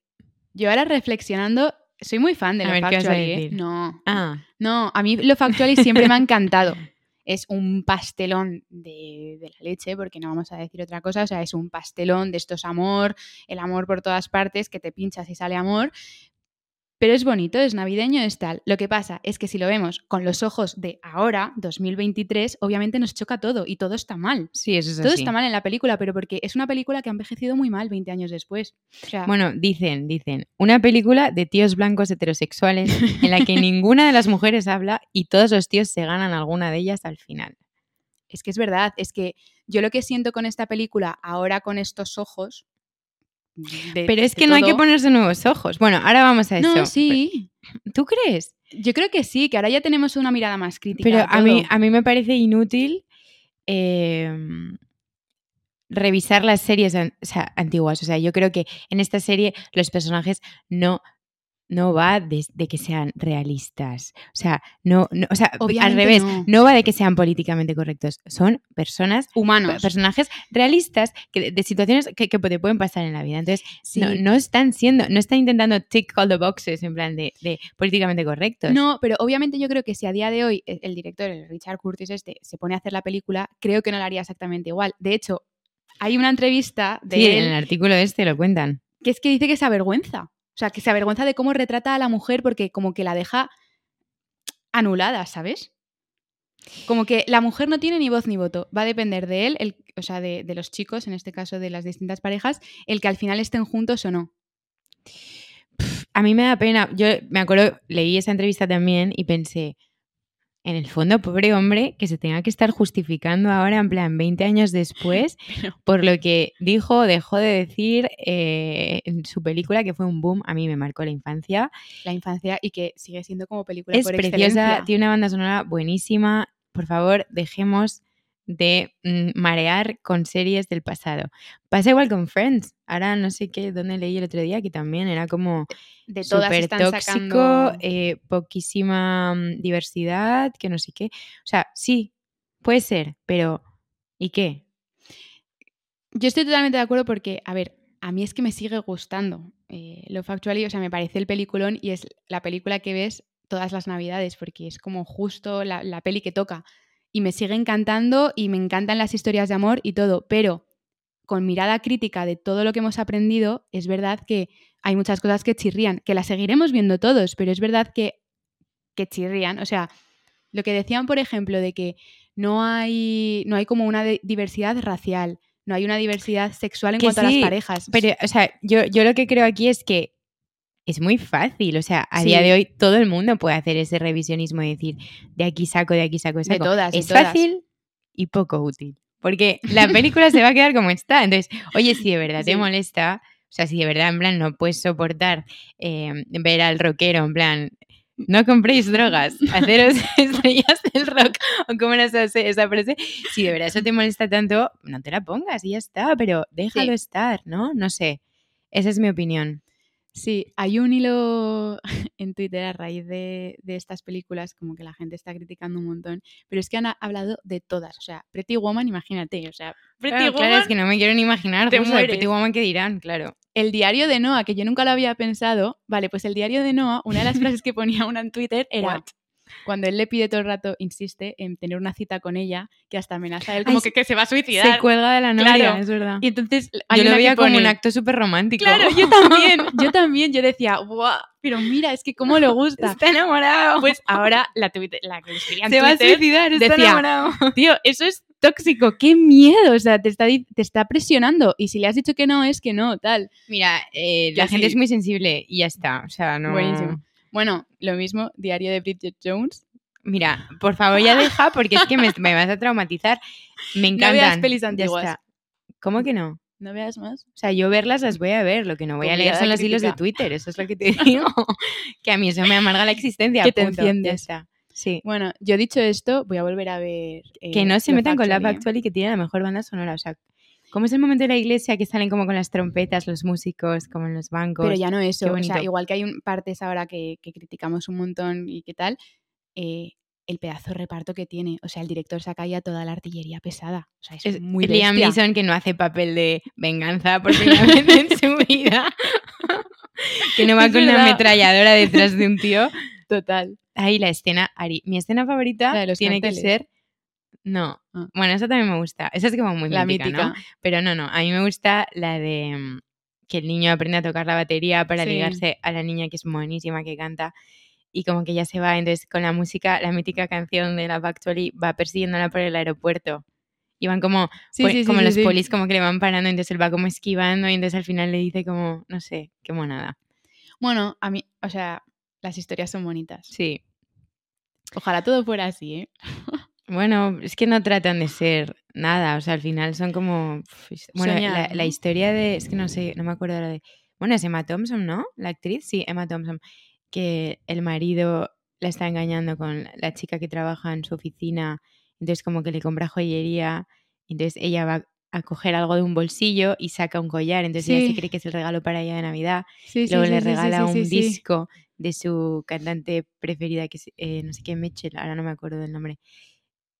Speaker 3: yo ahora reflexionando, soy muy fan de
Speaker 2: A
Speaker 3: lo
Speaker 2: ver, ¿qué vas a
Speaker 3: factually, ¿eh?
Speaker 2: decir?
Speaker 3: No,
Speaker 2: Ah,
Speaker 3: no, a mí lo factually siempre me ha encantado. Es un pastelón de, de la leche, porque no vamos a decir otra cosa, o sea, es un pastelón de estos amor, el amor por todas partes, que te pinchas y sale amor. Pero es bonito, es navideño, es tal. Lo que pasa es que si lo vemos con los ojos de ahora, 2023, obviamente nos choca todo y todo está mal.
Speaker 2: sí, eso es
Speaker 3: Todo
Speaker 2: así.
Speaker 3: está mal en la película, pero porque es una película que ha envejecido muy mal 20 años después. O sea,
Speaker 2: Bueno, dicen, dicen, una película de tíos blancos heterosexuales en la que ninguna de las mujeres habla y todos los tíos se ganan alguna de ellas al final.
Speaker 3: Es que es verdad, es que yo lo que siento con esta película ahora con estos ojos. de-
Speaker 2: Pero es
Speaker 3: Eh, de
Speaker 2: que no hay que
Speaker 3: todo-
Speaker 2: ponerse nuevos ojos. Bueno, ahora vamos a eso.
Speaker 3: No, sí.
Speaker 2: ¿Tú crees?
Speaker 3: Yo creo que sí, que ahora ya tenemos una mirada más crítica.
Speaker 2: Pero a mí,
Speaker 3: todo.
Speaker 2: a mí me parece inútil eh, revisar las series an- o sea, antiguas. O sea, yo creo que en esta serie los personajes no, no va de, de que sean realistas. O sea, no, no- o sea al
Speaker 3: Obviamente
Speaker 2: revés,
Speaker 3: no.
Speaker 2: no va de que sean políticamente correctos. Son personas
Speaker 3: humanos.
Speaker 2: pe- personajes realistas que, de- de situaciones que, que te pueden pasar en la vida. Entonces,
Speaker 3: Sí.
Speaker 2: no, no están siendo, no están intentando tick all the boxes en plan de, de políticamente correctos.
Speaker 3: No, pero obviamente yo creo que si a día de hoy e- el director, el Richard Curtis este, se pone a hacer la película, creo que no la haría exactamente igual. De hecho, hay una entrevista de
Speaker 2: Sí,
Speaker 3: él
Speaker 2: en el artículo este lo cuentan.
Speaker 3: que es que dice que se avergüenza. O sea, que se avergüenza de cómo retrata a la mujer porque como que la deja anulada, ¿sabes? Como que la mujer no tiene ni voz ni voto. Va a depender de él, el- o sea, de, de los chicos, en este caso de las distintas parejas, el que al final estén juntos o no.
Speaker 2: A mí me da pena. Yo me acuerdo, leí esa entrevista también y pensé, en el fondo, pobre hombre, que se tenga que estar justificando ahora, en plan, 20 años después,
Speaker 3: Pero-
Speaker 2: por lo que dijo o dejó de decir eh, en su película, que fue un boom, a mí me marcó la infancia.
Speaker 3: La infancia y que sigue siendo como película
Speaker 2: es
Speaker 3: por
Speaker 2: preciosa,
Speaker 3: excelencia.
Speaker 2: tiene una banda sonora buenísima. Por favor, dejemos de mm, marear con series del pasado. Pasa igual con Friends. Ahora no sé qué, dónde leí el otro día, que también era como
Speaker 3: De todas
Speaker 2: súper
Speaker 3: están
Speaker 2: tóxico,
Speaker 3: sacando...
Speaker 2: eh, poquísima mm, diversidad, que no sé qué. O sea, sí, puede ser, pero ¿y qué?
Speaker 3: Yo estoy totalmente de acuerdo porque, a ver, a mí es que me sigue gustando eh, lo factual y, o sea, me parece el peliculón y es la película que ves todas las navidades porque es como justo la, la peli que toca. Y me sigue encantando y me encantan las historias de amor y todo, pero con mirada crítica de todo lo que hemos aprendido, es verdad que hay muchas cosas que chirrían, que las seguiremos viendo todos, pero es verdad que, que chirrían. O sea, lo que decían, por ejemplo, de que no hay, no hay como una de- diversidad racial, no hay una diversidad sexual en
Speaker 2: Que
Speaker 3: cuanto a
Speaker 2: sí,
Speaker 3: las parejas.
Speaker 2: Pero, o sea, yo, yo lo que creo aquí es que es muy fácil. O sea, a día
Speaker 3: Sí.
Speaker 2: de hoy todo el mundo puede hacer ese revisionismo y decir, de aquí saco, de aquí saco, de
Speaker 3: de
Speaker 2: saco.
Speaker 3: todas, de
Speaker 2: es
Speaker 3: todas.
Speaker 2: fácil y poco útil. Porque la película se va a quedar como está. Entonces, oye, si de verdad te
Speaker 3: Sí.
Speaker 2: molesta, o sea, si de verdad, en plan, no puedes soportar eh, ver al rockero, en plan, no compréis drogas, haceros estrellas del rock, o como las hace esa frase, si de verdad eso te molesta tanto, no te la pongas y ya está, pero déjalo
Speaker 3: Sí.
Speaker 2: estar, ¿no? No sé. Esa es mi opinión.
Speaker 3: Sí, hay un hilo en Twitter a raíz de, de estas películas, como que la gente está criticando un montón, pero es que han ha- hablado de todas. O sea, Pretty Woman, imagínate, o sea, Pretty
Speaker 2: Claro, claro,
Speaker 3: Woman,
Speaker 2: es que no me quiero ni imaginar.
Speaker 3: te
Speaker 2: justo de
Speaker 3: mueres.
Speaker 2: Pretty Woman que dirán, claro.
Speaker 3: el diario de Noah, que yo nunca lo había pensado, vale, pues el diario de Noah, una de las frases que ponía una en Twitter era
Speaker 2: What?
Speaker 3: cuando él le pide todo el rato, insiste, en tener una cita con ella, que hasta amenaza a él como
Speaker 2: sí.
Speaker 3: que, que se va a
Speaker 2: Se
Speaker 3: suicidar.
Speaker 2: cuelga de la novia,
Speaker 3: Claro.
Speaker 2: es verdad.
Speaker 3: Y entonces hay
Speaker 2: Yo lo
Speaker 3: una que
Speaker 2: veía como un
Speaker 3: pone,
Speaker 2: acto súper romántico.
Speaker 3: Claro, yo también, yo también, yo decía, "Buah, pero mira, es que cómo le gusta.
Speaker 2: Está enamorado.
Speaker 3: Pues ahora la, Twitter- la que le escribía en
Speaker 2: se va a
Speaker 3: Twitter,
Speaker 2: suicidar, está
Speaker 3: decía,
Speaker 2: enamorado.
Speaker 3: tío, eso es tóxico, qué miedo, o sea, te está, di- te está presionando y si le has dicho que no, es que no, tal.
Speaker 2: Mira, eh, la
Speaker 3: Que
Speaker 2: gente
Speaker 3: sí.
Speaker 2: es muy sensible y ya está. O sea, no.
Speaker 3: Buenísimo. Bueno, lo mismo, diario de Bridget Jones.
Speaker 2: Mira, por favor, ya deja porque es que me, me vas a traumatizar. Me
Speaker 3: No
Speaker 2: encantan.
Speaker 3: veas pelis
Speaker 2: Ya
Speaker 3: antiguas.
Speaker 2: está. ¿Cómo que no?
Speaker 3: No veas más.
Speaker 2: O sea, yo verlas las voy a ver, lo que no voy a
Speaker 3: Con
Speaker 2: leer
Speaker 3: mirada
Speaker 2: son los hilos de
Speaker 3: crítica.
Speaker 2: Twitter, eso es lo que te digo. que a mí eso me amarga la existencia.
Speaker 3: Que te
Speaker 2: punto,
Speaker 3: enciendes.
Speaker 2: Ya está. Sí.
Speaker 3: Bueno, yo dicho esto, voy a volver a ver. eh,
Speaker 2: Que no se
Speaker 3: Love
Speaker 2: metan con Love
Speaker 3: Actually, ¿eh?
Speaker 2: Actually, que tiene la mejor banda sonora. O sea, como es el momento de la iglesia que salen como con las trompetas, los músicos, como en los bancos.
Speaker 3: Pero ya no eso. O sea,
Speaker 2: bonito.
Speaker 3: igual que hay un, partes ahora que, que criticamos un montón y qué tal, eh, el pedazo de reparto que tiene. O sea, el director saca ya toda la artillería pesada. O sea, es,
Speaker 2: es
Speaker 3: muy
Speaker 2: Liam
Speaker 3: bestia.
Speaker 2: Neeson que no hace papel de venganza por primera vez en su vida. que no va
Speaker 3: Es
Speaker 2: con una
Speaker 3: verdad.
Speaker 2: ametralladora detrás de un tío.
Speaker 3: Total.
Speaker 2: Ahí la escena, Ari. Mi escena favorita
Speaker 3: La de los
Speaker 2: tiene
Speaker 3: carteles.
Speaker 2: que ser. No.
Speaker 3: Ah.
Speaker 2: Bueno, esa también me gusta. Esa es como muy
Speaker 3: la
Speaker 2: mítica,
Speaker 3: mítica.
Speaker 2: ¿no? Pero no, no. A mí me gusta la de mm, que el niño aprende a tocar la batería para
Speaker 3: Sí.
Speaker 2: ligarse a la niña que es buenísima, que canta. Y como que ya se va. Entonces, con la música, la mítica canción de la Factory va persiguiéndola por el aeropuerto. Y van como
Speaker 3: Sí,
Speaker 2: pues,
Speaker 3: sí, sí,
Speaker 2: como
Speaker 3: sí,
Speaker 2: los
Speaker 3: sí.
Speaker 2: polis como que le van parando, entonces él va como esquivando y entonces al final le dice como, no sé, qué monada.
Speaker 3: Bueno, a mí, o sea, las historias son bonitas.
Speaker 2: Sí.
Speaker 3: Ojalá todo fuera así, ¿eh?
Speaker 2: Bueno, es que no tratan de ser nada, o sea, al final son como... pf, his- Bueno,
Speaker 3: Soñar,
Speaker 2: la, la
Speaker 3: ¿no?
Speaker 2: historia de... Es que no sé, no me acuerdo ahora de... Bueno, es Emma Thompson, ¿no? La actriz, sí, Emma Thompson, que el marido la está engañando con la chica que trabaja en su oficina, entonces como que le compra joyería, entonces ella va a coger algo de un bolsillo y saca un collar, entonces ella
Speaker 3: Sí.
Speaker 2: se cree que es el regalo para ella de Navidad.
Speaker 3: Sí,
Speaker 2: luego le regala un disco de su cantante preferida, que es eh, no sé qué, Mitchell, ahora no me acuerdo del nombre.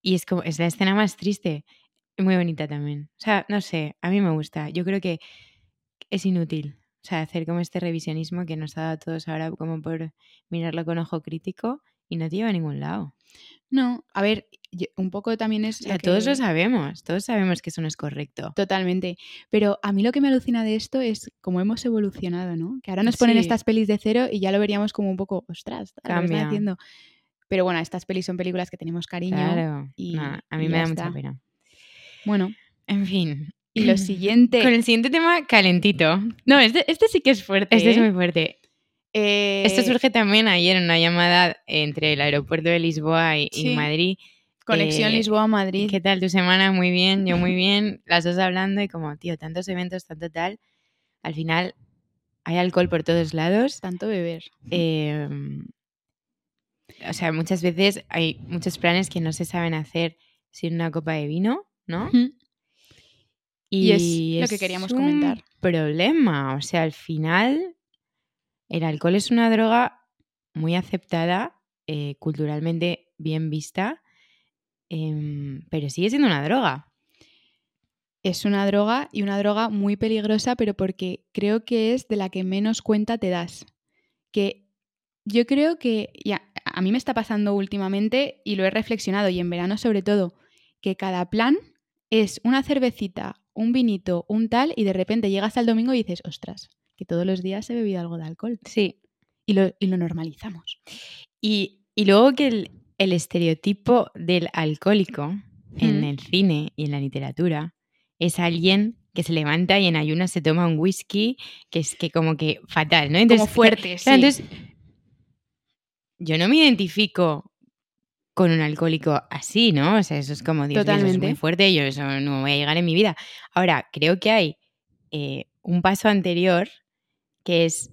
Speaker 2: Y es como, es la escena más triste, y muy bonita también. O sea, no sé, a mí me gusta. Yo creo que es inútil. O sea, hacer como este revisionismo que nos ha dado a todos ahora como por mirarlo con ojo crítico y no te lleva a ningún lado.
Speaker 3: No, a ver, yo- un poco también es...
Speaker 2: O sea,
Speaker 3: que-
Speaker 2: todos lo sabemos, todos sabemos que eso no es correcto.
Speaker 3: Totalmente. Pero a mí lo que me alucina de esto es cómo hemos evolucionado, ¿no? Que ahora nos ponen
Speaker 2: Sí.
Speaker 3: estas pelis de cero y ya lo veríamos como un poco, ostras, tal, lo que están
Speaker 2: Cambia.
Speaker 3: haciendo. Pero bueno, estas pelis son películas que tenemos cariño.
Speaker 2: Claro.
Speaker 3: y-
Speaker 2: Nah, a
Speaker 3: y
Speaker 2: mí
Speaker 3: ya
Speaker 2: me da
Speaker 3: está.
Speaker 2: mucha pena.
Speaker 3: Bueno,
Speaker 2: En fin.
Speaker 3: y lo siguiente.
Speaker 2: Con el siguiente tema, calentito.
Speaker 3: No, este, este sí que es fuerte.
Speaker 2: Este es
Speaker 3: ¿eh?
Speaker 2: muy fuerte.
Speaker 3: Eh,
Speaker 2: Esto surge también ayer en una llamada entre el aeropuerto de Lisboa y, y
Speaker 3: Sí.
Speaker 2: Madrid.
Speaker 3: Conexión
Speaker 2: eh,
Speaker 3: Lisboa-Madrid.
Speaker 2: ¿Qué tal tu semana? Muy bien, yo muy bien. Las dos hablando y como, tío, tantos eventos, tanto tal. Al final hay alcohol por todos lados.
Speaker 3: Tanto beber.
Speaker 2: eh, o sea, muchas veces hay muchos planes que no se saben hacer sin una copa de vino, ¿no?
Speaker 3: Y es lo que queríamos comentar.
Speaker 2: Problema, o sea, al final el alcohol es una droga muy aceptada, eh, culturalmente bien vista, em, pero sigue siendo una droga.
Speaker 3: Es una droga y una droga muy peligrosa, pero porque creo que es de la que menos cuenta te das. Que yo creo que, y a- a mí me está pasando últimamente y lo he reflexionado, y en verano sobre todo, que cada plan es una cervecita, un vinito, un tal, y de repente llegas al domingo y dices, ostras, que todos los días he bebido algo de alcohol.
Speaker 2: Sí.
Speaker 3: Y lo, y lo normalizamos.
Speaker 2: Y, y luego que el, el estereotipo del alcohólico en
Speaker 3: Mm.
Speaker 2: el cine y en la literatura es alguien que se levanta y en ayunas se toma un whisky que es que como que fatal, ¿no?
Speaker 3: Como
Speaker 2: Entonces,
Speaker 3: fuerte, sí.
Speaker 2: Claro, entonces, yo no me identifico con un alcohólico así, ¿no? O sea, eso es como, Dios mío, eso
Speaker 3: Totalmente.
Speaker 2: es muy fuerte, yo eso no voy a llegar en mi vida. Ahora, creo que hay eh, un paso anterior que es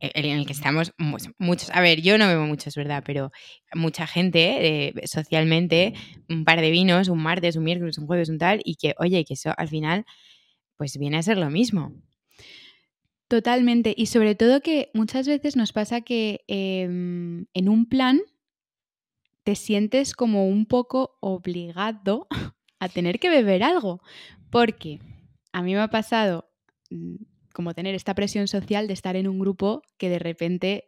Speaker 2: e-, el en el que estamos mu- muchos. A ver, yo no bebo mucho, es verdad, pero mucha gente eh, socialmente, un par de vinos, un martes, un miércoles, un jueves, un tal, y que, oye, que eso al final, pues viene a ser lo mismo.
Speaker 3: Totalmente. Y sobre todo que muchas veces nos pasa que em, en un plan te sientes como un poco obligado a tener que beber algo. Porque a mí me ha pasado mm, como tener esta presión social de estar en un grupo que de repente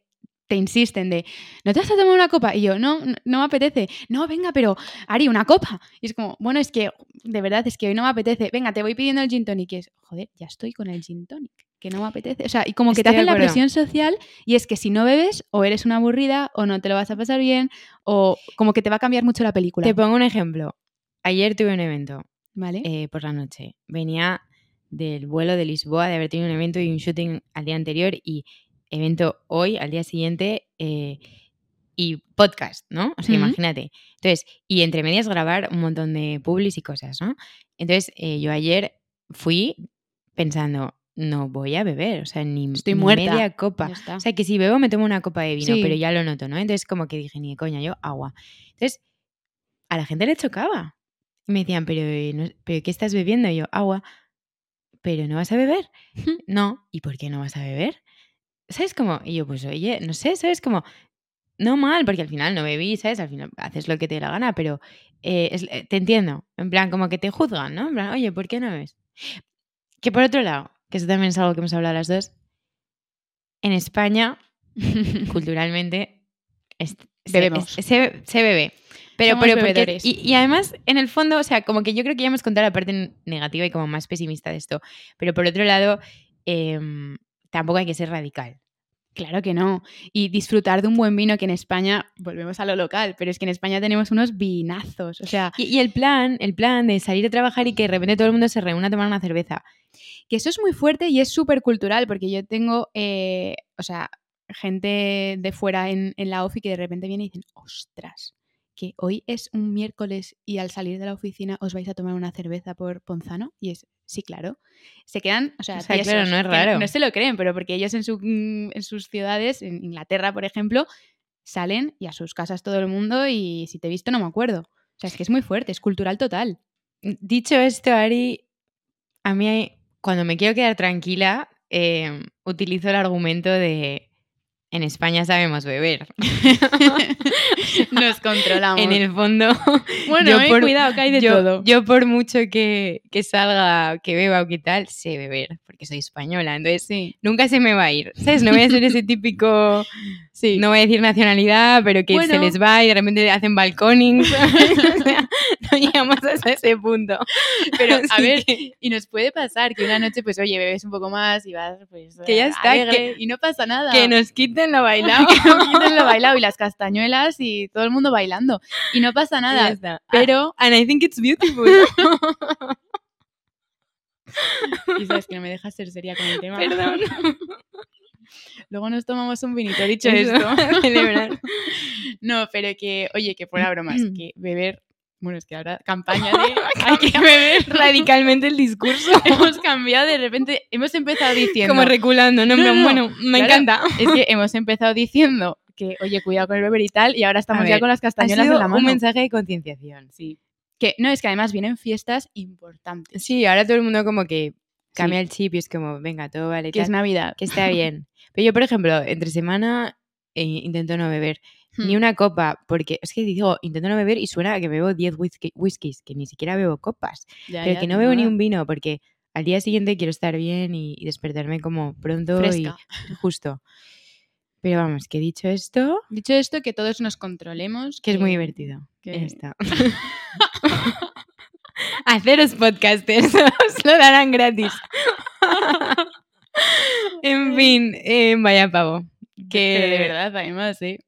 Speaker 3: te insisten de, ¿no te vas a tomar una copa? Y yo, no, no, no me apetece. No, venga, pero Ari, una copa. Y es como, bueno, es que de verdad es que hoy no me apetece. Venga, te voy pidiendo el gin tonic. Y es, joder, ya estoy con el gin tonic, que no me apetece. O sea, y como que te
Speaker 2: Estoy de
Speaker 3: hacen la
Speaker 2: acuerdo.
Speaker 3: presión social y es que si no bebes, o eres una aburrida, o no te lo vas a pasar bien, o como que te va a cambiar mucho la película.
Speaker 2: Te pongo un ejemplo. Ayer tuve un evento.
Speaker 3: ¿Vale?
Speaker 2: eh, por la noche. Venía del vuelo de Lisboa, de haber tenido un evento y un shooting al día anterior y evento hoy, al día siguiente, eh, y podcast, ¿no? O sea,
Speaker 3: Ujú.
Speaker 2: imagínate. Entonces, y entre medias grabar un montón de publis y cosas, ¿no? Entonces, eh, yo ayer fui pensando, no voy a beber, o sea, ni,
Speaker 3: Estoy
Speaker 2: ni
Speaker 3: muerta.
Speaker 2: media copa.
Speaker 3: Ya está.
Speaker 2: O sea, que si bebo me tomo una copa de vino,
Speaker 3: Sí.
Speaker 2: pero ya lo noto, ¿no? Entonces como que dije, ni de coña, yo agua. Entonces, a la gente le chocaba. Y me decían, pero, eh, no- ¿pero ¿qué estás bebiendo? Y yo, agua. ¿Pero no vas a beber? no. ¿Y por qué no vas a beber? ¿Sabes cómo? Y yo, pues oye, no sé, ¿sabes cómo? No mal, porque al final no bebí, ¿sabes? Al final haces lo que te dé la gana, pero eh, es- eh, te entiendo. En plan, como que te juzgan, ¿no? En plan, oye, ¿por qué no bebes? Que por otro lado, que eso también es algo que hemos hablado las dos, en España culturalmente es- se-
Speaker 3: Bebemos.
Speaker 2: es- se, se bebe. Pero,
Speaker 3: Somos
Speaker 2: pero porque-
Speaker 3: bebedores.
Speaker 2: y, y además, en el fondo, o sea, como que yo creo que ya hemos contado la parte negativa y como más pesimista de esto. Pero por otro lado, em, tampoco hay que ser radical.
Speaker 3: Claro que no. Y disfrutar de un buen vino que en España, volvemos a lo local, pero es que en España tenemos unos vinazos. O sea,
Speaker 2: Y, y el plan, el plan de salir a trabajar y que de repente todo el mundo se reúna a tomar una cerveza.
Speaker 3: que eso es muy fuerte y es súper cultural, porque yo tengo, eh, o sea, gente de fuera en, en la ofi que de repente viene y dicen, ostras, que hoy es un miércoles y al salir de la oficina os vais a tomar una cerveza por Ponzano. Y es, sí, claro. Se quedan, o sea,
Speaker 2: O sea, claro,
Speaker 3: tiesos,
Speaker 2: no es
Speaker 3: que
Speaker 2: raro.
Speaker 3: No se lo creen, pero porque ellos en, su- mm, en sus ciudades, en Inglaterra, por ejemplo, salen y a sus casas todo el mundo y si te he visto no me acuerdo. O sea, es que es muy fuerte, es cultural total.
Speaker 2: Dicho esto, Ari, a mí hay- cuando me quiero quedar tranquila, em, utilizo el argumento de en España sabemos beber.
Speaker 3: Nos controlamos.
Speaker 2: en el fondo,
Speaker 3: bueno,
Speaker 2: yo
Speaker 3: eh,
Speaker 2: por-
Speaker 3: cuidado, que hay de
Speaker 2: yo,
Speaker 3: todo.
Speaker 2: yo por mucho que, que salga, que beba o que tal, sé beber, porque soy española. Entonces,
Speaker 3: sí.
Speaker 2: nunca se me va a ir. ¿Sabes? No voy a ser ese típico,
Speaker 3: Sí.
Speaker 2: no voy a decir nacionalidad, pero que se
Speaker 3: Bueno.
Speaker 2: les va y de repente hacen balconings. o sea, no llegamos hasta ese punto.
Speaker 3: Pero, a
Speaker 2: Así
Speaker 3: ver,
Speaker 2: que-
Speaker 3: y nos puede pasar que una noche, pues, oye, bebes un poco más y vas, pues,
Speaker 2: Que ya está,
Speaker 3: alegre, y no pasa nada.
Speaker 2: que nos quiten lo bailado.
Speaker 3: Que nos quiten lo bailado y las castañuelas y todo el mundo bailando. Y no pasa
Speaker 2: Ya
Speaker 3: nada.
Speaker 2: está.
Speaker 3: Pero,
Speaker 2: And I think it's beautiful.
Speaker 3: y sabes que no me dejas ser seria con el tema.
Speaker 2: Perdón.
Speaker 3: Luego nos tomamos un vinito, dicho
Speaker 2: Eso,
Speaker 3: esto.
Speaker 2: celebrar.
Speaker 3: No, pero que, oye, que fuera bromas, que beber, bueno, es que ahora campaña de hay que beber
Speaker 2: Radicalmente el discurso.
Speaker 3: Hemos cambiado de repente, hemos empezado diciendo,
Speaker 2: Como reculando, ¿no? En
Speaker 3: No,
Speaker 2: plan,
Speaker 3: no,
Speaker 2: Bueno, me
Speaker 3: claro.
Speaker 2: encanta.
Speaker 3: es que hemos empezado diciendo que, oye, cuidado con el beber y tal, y ahora estamos
Speaker 2: A
Speaker 3: ya
Speaker 2: ver,
Speaker 3: con las
Speaker 2: Ha
Speaker 3: castañuelas en
Speaker 2: sido
Speaker 3: la
Speaker 2: un
Speaker 3: mano.
Speaker 2: mensaje de concienciación.
Speaker 3: Sí. Que, no, es que además vienen fiestas importantes,
Speaker 2: Sí, ahora todo el mundo como que cambia el chip y es como, venga, todo vale.
Speaker 3: que
Speaker 2: tal.
Speaker 3: es Navidad.
Speaker 2: que está bien. Pero yo, por ejemplo, entre semana eh, intento no beber ni
Speaker 3: Hmm.
Speaker 2: una copa, porque es que digo, intento no beber y suena a que bebo 10 whisky- whiskies, que ni siquiera bebo copas,
Speaker 3: Ya,
Speaker 2: pero
Speaker 3: ya,
Speaker 2: que no bebo ni
Speaker 3: nada.
Speaker 2: un vino, porque al día siguiente quiero estar bien y, y despertarme como pronto
Speaker 3: Fresca.
Speaker 2: y justo. Pero vamos, que dicho esto,
Speaker 3: Dicho esto, que todos nos controlemos.
Speaker 2: que es muy divertido.
Speaker 3: que-
Speaker 2: Ya está. Haceros podcasters, os lo darán gratis. en fin, eh, vaya pavo. Que
Speaker 3: Pero de verdad, además, ¿eh?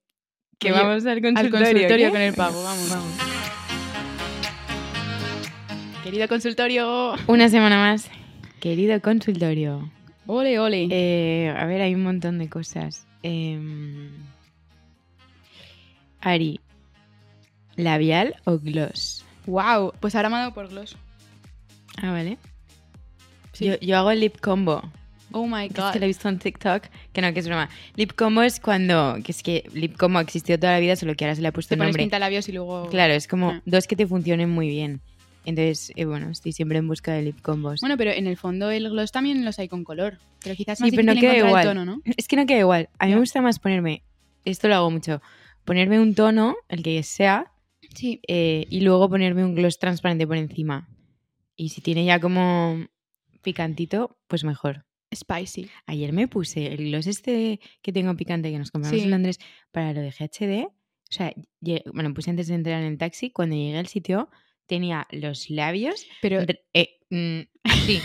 Speaker 2: Que
Speaker 3: Oye,
Speaker 2: vamos al
Speaker 3: Al
Speaker 2: consultorio.
Speaker 3: consultorio
Speaker 2: ¿qué?
Speaker 3: con el pavo, vamos. Querido consultorio.
Speaker 2: Una semana más. Querido consultorio.
Speaker 3: Ole, ole.
Speaker 2: Eh, a ver, hay un montón de cosas. Em, Ari, ¿labial o gloss?
Speaker 3: Wow, pues ahora me ha dado por gloss.
Speaker 2: Ah, vale.
Speaker 3: Sí.
Speaker 2: Yo, yo hago el lip combo.
Speaker 3: Oh my
Speaker 2: que Es
Speaker 3: god.
Speaker 2: que lo he visto en TikTok. Que no, que es broma. Lip combo es cuando. Que es que lip combo ha existido toda la vida, solo que ahora se le ha puesto
Speaker 3: Te
Speaker 2: el
Speaker 3: pones
Speaker 2: nombre.
Speaker 3: pintalabios y luego.
Speaker 2: Claro, es como
Speaker 3: Ah.
Speaker 2: dos que te funcionen muy bien. Entonces, eh, bueno, estoy siempre en busca de lip combos.
Speaker 3: Bueno, pero en el fondo el gloss también los hay con color. Pero quizás
Speaker 2: Sí,
Speaker 3: más
Speaker 2: pero no
Speaker 3: difícil
Speaker 2: queda
Speaker 3: encontrar
Speaker 2: igual.
Speaker 3: el tono, ¿no?
Speaker 2: Es que no queda igual. A mí
Speaker 3: Ya.
Speaker 2: me gusta más ponerme, esto lo hago mucho, ponerme un tono, el que sea,
Speaker 3: Sí.
Speaker 2: eh, y luego ponerme un gloss transparente por encima. Y si tiene ya como picantito, pues mejor.
Speaker 3: Spicy.
Speaker 2: Ayer me puse el gloss este que tengo picante que nos compramos
Speaker 3: Sí.
Speaker 2: en Londres para lo de GHD. O sea, lle- me lo puse antes de entrar en el taxi. Cuando llegué al sitio, tenía los labios.
Speaker 3: Pero.
Speaker 2: re- eh, mm, así.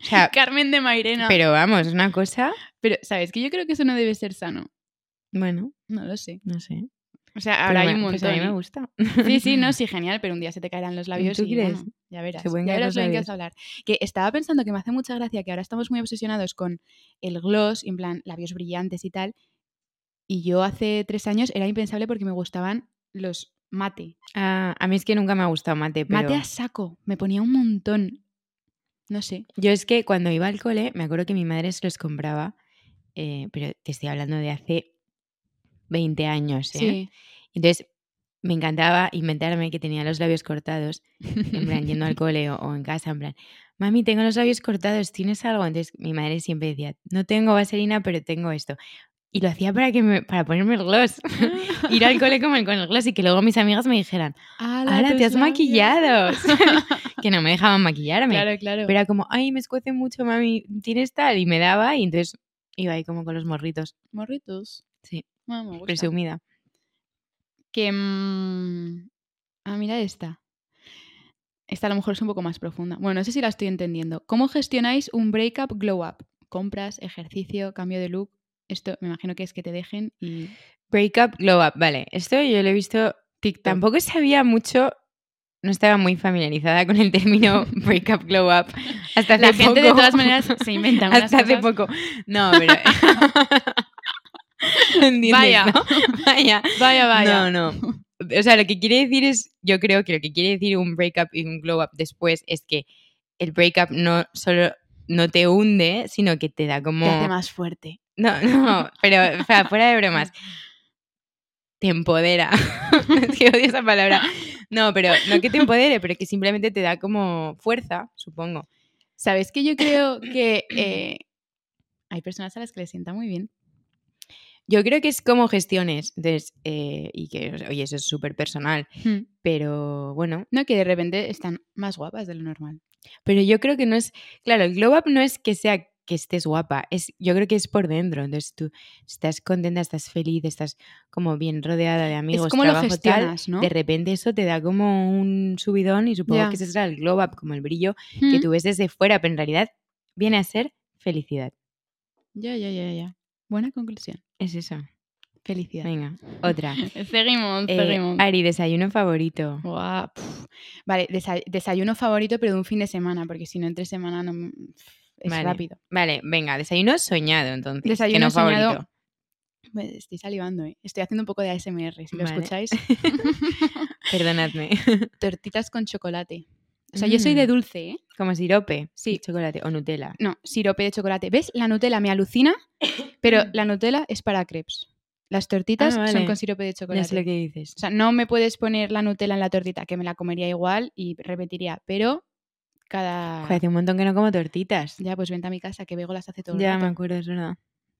Speaker 2: O sea,
Speaker 3: Carmen de Mairena. Pero,
Speaker 2: pero vamos, una cosa.
Speaker 3: ¿sabes? Que yo creo que eso no debe ser sano.
Speaker 2: Bueno,
Speaker 3: No lo sé.
Speaker 2: no sé.
Speaker 3: O sea,
Speaker 2: Pero
Speaker 3: ahora hay
Speaker 2: me-
Speaker 3: un
Speaker 2: pues
Speaker 3: montón.
Speaker 2: a mí me
Speaker 3: ¿eh?
Speaker 2: gusta.
Speaker 3: Sí, sí, no, sí, genial, pero un día se te caerán los labios
Speaker 2: ¿Tú
Speaker 3: y
Speaker 2: crees?
Speaker 3: bueno, ya verás.
Speaker 2: Se pueden
Speaker 3: ya
Speaker 2: caer
Speaker 3: verás
Speaker 2: los
Speaker 3: lo bien que
Speaker 2: labios.
Speaker 3: vas a hablar. Que estaba pensando que me hace mucha gracia que ahora estamos muy obsesionados con el gloss, en plan, labios brillantes y tal. Y yo hace tres años era impensable porque me gustaban los mate.
Speaker 2: Ah, a mí es que nunca me ha gustado mate, pero
Speaker 3: Mate a saco, me ponía un montón. No sé.
Speaker 2: yo es que cuando iba al cole, me acuerdo que mi madre se los compraba, eh, pero te estoy hablando de hace 20 años, ¿eh?
Speaker 3: Sí.
Speaker 2: Entonces, me encantaba inventarme que tenía los labios cortados, en plan, yendo al cole o, o en casa, en plan, mami, tengo los labios cortados, ¿tienes algo? Entonces, mi madre siempre decía, no tengo vaselina, pero tengo esto. Y lo hacía para, que me- para ponerme el gloss, ir al cole como con el gloss y que luego mis amigas me dijeran,
Speaker 3: Ala,
Speaker 2: ahora
Speaker 3: tus
Speaker 2: te has
Speaker 3: labios.
Speaker 2: maquillado. que no me dejaban maquillarme.
Speaker 3: Claro, claro.
Speaker 2: Pero era como, ay, me escuece mucho, mami, tienes tal. Y me daba, y entonces iba ahí como con los morritos,
Speaker 3: Morritos.
Speaker 2: Sí.
Speaker 3: Ah, me gusta.
Speaker 2: presumida.
Speaker 3: Que. mm, ah, mira esta. Esta a lo mejor es un poco más profunda. Bueno, no sé si la estoy entendiendo. ¿Cómo gestionáis un breakup glow up? Compras, ejercicio, cambio de look. Esto me imagino que es que te dejen y.
Speaker 2: Breakup, glow up. Vale, esto yo lo he visto.
Speaker 3: TikTok.
Speaker 2: Tampoco sabía mucho, no estaba muy familiarizada con el término breakup, glow up. Hasta hace
Speaker 3: La gente de
Speaker 2: poco.
Speaker 3: todas maneras se inventan unas
Speaker 2: Hasta hace
Speaker 3: cosas.
Speaker 2: poco. No, pero. ¿Entiendes,
Speaker 3: Vaya.
Speaker 2: no? Vaya.
Speaker 3: Vaya, vaya.
Speaker 2: No, no. O sea, lo que quiere decir es, yo creo que lo que quiere decir un breakup y un glow up después es que el breakup no solo no te hunde, sino que te da como...
Speaker 3: Te hace más fuerte.
Speaker 2: No, no, pero o sea, fuera de bromas. Te empodera. es que odio esa palabra. No, pero no que te empodere, pero que simplemente te da como fuerza, supongo.
Speaker 3: ¿Sabes que yo creo que eh, hay personas a las que les sienta muy bien?
Speaker 2: Yo creo que es como gestiones, entonces, eh, y que, o sea, oye, eso es súper personal,
Speaker 3: Hmm.
Speaker 2: pero bueno,
Speaker 3: No, que de repente están más guapas de lo normal.
Speaker 2: pero yo creo que no es, claro, el glow up no es que sea que estés guapa, es, yo creo que es por dentro, entonces tú estás contenta, estás feliz, estás como bien rodeada de amigos,
Speaker 3: es como
Speaker 2: trabajo,
Speaker 3: lo
Speaker 2: tal,
Speaker 3: gestionas, ¿no?
Speaker 2: de repente eso te da como un subidón y supongo
Speaker 3: Ya.
Speaker 2: que ese será el glow up, como el brillo que
Speaker 3: Hmm.
Speaker 2: tú ves desde fuera, pero en realidad viene a ser felicidad.
Speaker 3: Ya, ya, ya, ya. Buena conclusión.
Speaker 2: Es eso.
Speaker 3: Felicidad.
Speaker 2: Venga, otra.
Speaker 3: Seguimos,
Speaker 2: Eh, Ari, desayuno favorito.
Speaker 3: Guau, puf. Vale, desa- desayuno favorito, pero de un fin de semana, porque si no, entre semana no m- es
Speaker 2: Vale.
Speaker 3: rápido.
Speaker 2: Vale, venga, desayuno soñado entonces. que
Speaker 3: Desayuno
Speaker 2: no
Speaker 3: soñado.
Speaker 2: favorito.
Speaker 3: Pues estoy salivando, ¿eh? Estoy haciendo un poco de ASMR, si lo
Speaker 2: Vale.
Speaker 3: escucháis.
Speaker 2: Perdonadme.
Speaker 3: Tortitas con chocolate. O sea, yo soy de
Speaker 2: Mm.
Speaker 3: dulce, ¿eh?
Speaker 2: Como sirope.
Speaker 3: Sí.
Speaker 2: y Chocolate o Nutella.
Speaker 3: No, sirope de chocolate. ¿Ves? La Nutella me alucina, pero la Nutella es para crepes. Las tortitas
Speaker 2: Ah,
Speaker 3: son
Speaker 2: vale.
Speaker 3: con sirope de
Speaker 2: Ya sé
Speaker 3: chocolate.
Speaker 2: lo que dices.
Speaker 3: O sea, no me puedes poner la Nutella en la tortita, que me la comería igual y repetiría, pero cada...
Speaker 2: Joder, hace un montón que no como tortitas.
Speaker 3: Ya, pues vente a mi casa, que Bego las hace todo el
Speaker 2: Ya me
Speaker 3: rato.
Speaker 2: acuerdo, es verdad.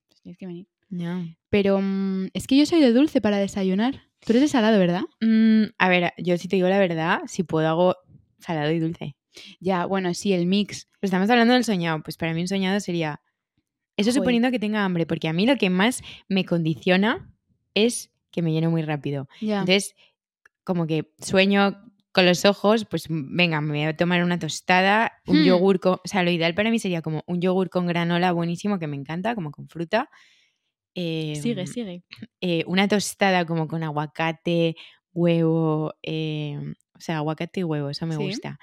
Speaker 3: Pues tienes que venir.
Speaker 2: Ya.
Speaker 3: Pero mm, es que yo soy de dulce para desayunar. Tú eres de salado, ¿verdad?
Speaker 2: Mm, a ver, yo si te digo la verdad, si puedo hago salado y dulce.
Speaker 3: Ya, bueno, sí, el mix.
Speaker 2: Pero estamos hablando del soñado. Pues para mí un soñado sería. Eso
Speaker 3: Joder.
Speaker 2: suponiendo que tenga hambre, porque a mí lo que más me condiciona es que me lleno muy rápido.
Speaker 3: Ya.
Speaker 2: Entonces, como que sueño con los ojos, pues m- venga, me voy a tomar una tostada, un
Speaker 3: Hmm.
Speaker 2: yogur con. O sea, lo ideal para mí sería como un yogur con granola buenísimo, que me encanta, como con fruta. eh,
Speaker 3: sigue, sigue.
Speaker 2: eh, una tostada como con aguacate, huevo. eh, o sea, aguacate y huevo, eso me
Speaker 3: Sí.
Speaker 2: gusta.